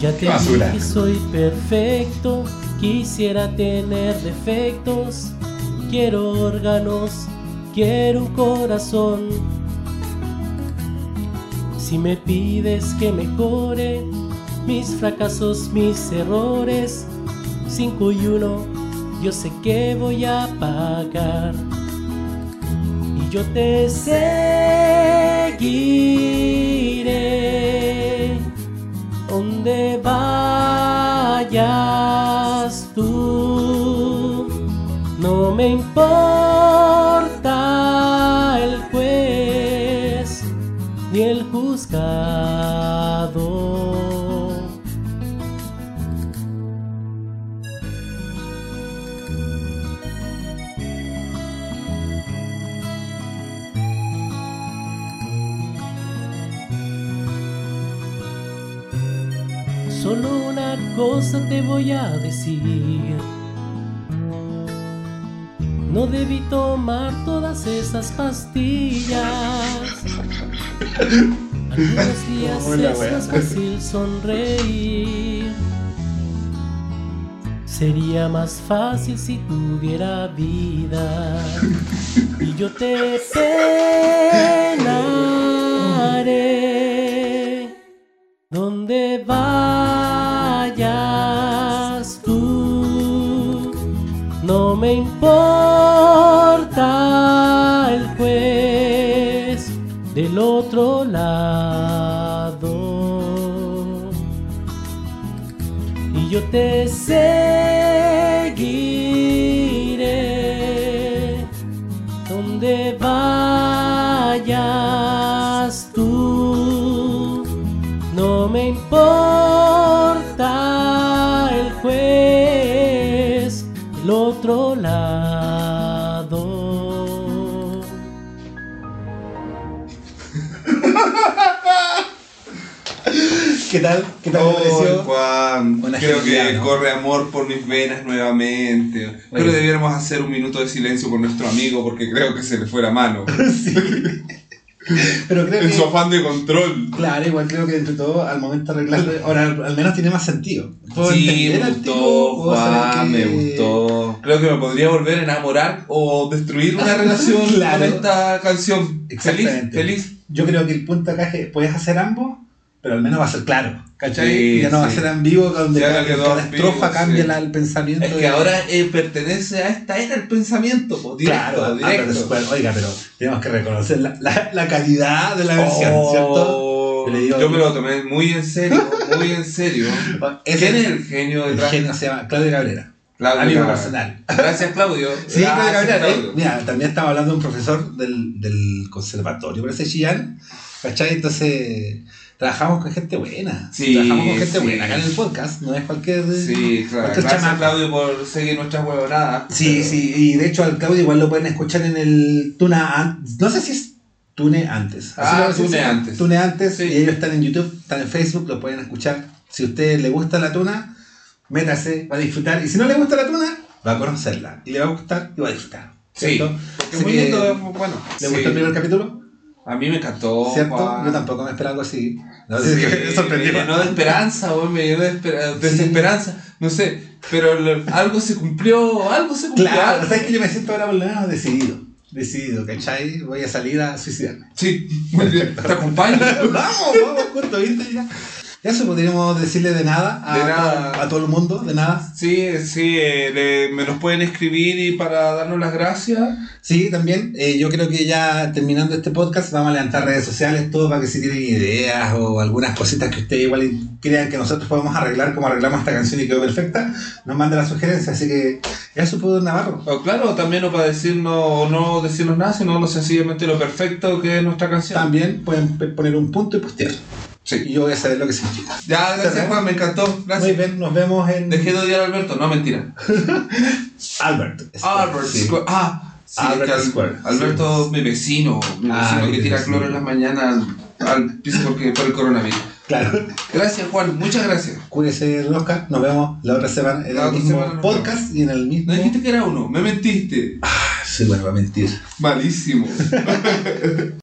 S5: Ya te dije que soy perfecto. Quisiera tener defectos. Quiero órganos. Quiero un corazón. Si me pides que mejore mis fracasos, mis errores, 5 y 1, yo sé que voy a pagar y yo te seguiré donde vayas tú. No me importa el juez ni el juzgado. Solo una cosa te voy a decir. No debí tomar todas esas pastillas. Algunos días es más fácil sonreír. Sería más fácil si tuviera vida. Y yo te penaré donde vayas tú. No me importa el juez del otro lado. Y yo te seguiré donde vayas tú. No me importa el juez del otro lado.
S7: ¿Qué tal? ¿Qué tal te
S8: Oh,
S7: pareció?
S8: Juan,
S7: Una
S8: creo
S7: genialidad,
S8: que
S7: ¿no?
S8: corre amor por mis venas nuevamente. Pero debiéramos hacer un minuto de silencio por nuestro amigo porque creo que se le fue la mano.
S7: Pero creo
S8: en su
S7: que,
S8: afán de control.
S7: claro, igual creo que entre todo, al momento de arreglarlo, ahora al al menos tiene más sentido. Puedo
S8: Sí,
S7: entender
S8: me
S7: al
S8: gustó,
S7: tipo, puedo saber
S8: Juan,
S7: que-
S8: me gustó. Creo que me podría volver a enamorar o destruir una relación
S7: Claro.
S8: con esta canción. Feliz,
S7: Exactamente.
S8: feliz.
S7: Yo creo que el puntacaje puedes hacer ambos, pero al menos va a ser claro. ¿Cachai?
S8: Sí,
S7: Y ya no va a
S8: sí.
S7: ser ambiguo, donde
S8: Ya
S7: cada,
S8: quedó
S7: cada
S8: ambiguo,
S7: estrofa
S8: sí.
S7: cambia la- el pensamiento.
S8: Es que
S7: de-
S8: ahora eh, pertenece a esta era el pensamiento, po, directo,
S7: Claro, ah, pero
S8: directo.
S7: después- oiga, pero tenemos que reconocer la, la- la calidad de la versión,
S8: Oh,
S7: ¿cierto? Le digo-
S8: yo me lo tomé muy en serio, muy en serio.
S7: ¿cierto? Ese
S8: ¿Quién es el genio
S7: el
S8: detrás?
S7: genio se llama Claudio Cabrera.
S8: Claudio
S7: Amigo
S8: Cabral.
S7: personal.
S8: Gracias, Claudio.
S7: Sí,
S8: Gracias,
S7: Claudio Cabral, ¿eh?
S8: Claudio.
S7: Mira, también estaba hablando de un profesor del, del conservatorio, parece Chillán. ¿Cachai? Entonces, trabajamos con gente buena.
S8: Sí,
S7: Trabajamos con gente
S8: sí.
S7: buena. Acá en el podcast, no es cualquier.
S8: Sí, claro.
S7: cualquier
S8: Gracias,
S7: chamaco.
S8: Claudio, por seguir nuestras huevonadas.
S7: Sí, sí, y de hecho al Claudio igual lo pueden escuchar en el Tuna Antes. No sé si es Tune Antes.
S8: Ah,
S7: lo dicen,
S8: Tune Antes.
S7: Tune Antes,
S8: Sí.
S7: y ellos están en YouTube, están en Facebook, lo pueden escuchar. Si a usted le gusta la tuna, métase, va a disfrutar. Y si no le gusta la tuna, va a conocerla. Y le va a gustar y va a disfrutar.
S8: Sí.
S7: ¿cierto?
S8: Porque
S7: Así
S8: muy
S7: que,
S8: lindo, pues, bueno.
S7: ¿Le
S8: sí.
S7: gustó el primer capítulo?
S8: A mí me encantó.
S7: ¿Cierto?
S8: Juan.
S7: Yo tampoco me esperaba algo así. No
S8: Sí,
S7: sé si me sorprendió.
S8: Me llenó de esperanza, güey, me llenó de espera-
S7: Sí.
S8: desesperanza. No sé, pero lo- algo se cumplió, algo se cumplió.
S7: Claro, ¿sabes que yo me siento ahora por lo menos decidido? Decidido, ¿cachai? Voy a salir a suicidarme.
S8: Sí, muy bien. Te acompaño.
S7: vamos, vamos, justo, ¿viste? Ya. Eso podríamos decirle de nada a,
S8: De nada.
S7: a todo el mundo, de nada.
S8: Sí, sí, eh, le- me los pueden escribir y para darnos las gracias.
S7: Sí, también, eh, yo creo que ya terminando este podcast vamos a levantar redes sociales, todo para que si tienen ideas o algunas cositas que ustedes igual crean que nosotros podemos arreglar como arreglamos esta canción y quedó perfecta, nos manden las sugerencias. Así que eso pudo Navarro.
S8: O claro, también no para decirnos o no decirnos nada, sino lo sencillamente lo perfecto que es nuestra canción.
S7: También pueden p- poner un punto y postear.
S8: Sí.
S7: Y yo voy a saber lo que significa.
S8: Ya, gracias Juan, me encantó.
S7: Muy
S8: Gracias.
S7: bien, nos vemos en
S8: Dejé de odiar a Alberto, no mentira.
S7: Albert.
S8: Este, Albert
S7: Sí.
S8: Square. Ah, sí,
S7: Albert
S8: que Al-
S7: Square,
S8: Alberto, mi vecino, mi vecino
S7: Ah,
S8: que
S7: mi
S8: tira
S7: vecino.
S8: cloro en las mañanas al, al piso porque por el coronavirus.
S7: Claro.
S8: Gracias, Juan, muchas gracias.
S7: Cuídese, Rosca. Nos vemos la otra semana en
S8: La
S7: el
S8: otra
S7: mismo
S8: semana nos
S7: podcast y en el mismo. Ah,
S8: No dijiste que era uno, me mentiste.
S7: Sí, bueno, va a mentir.
S8: Malísimo.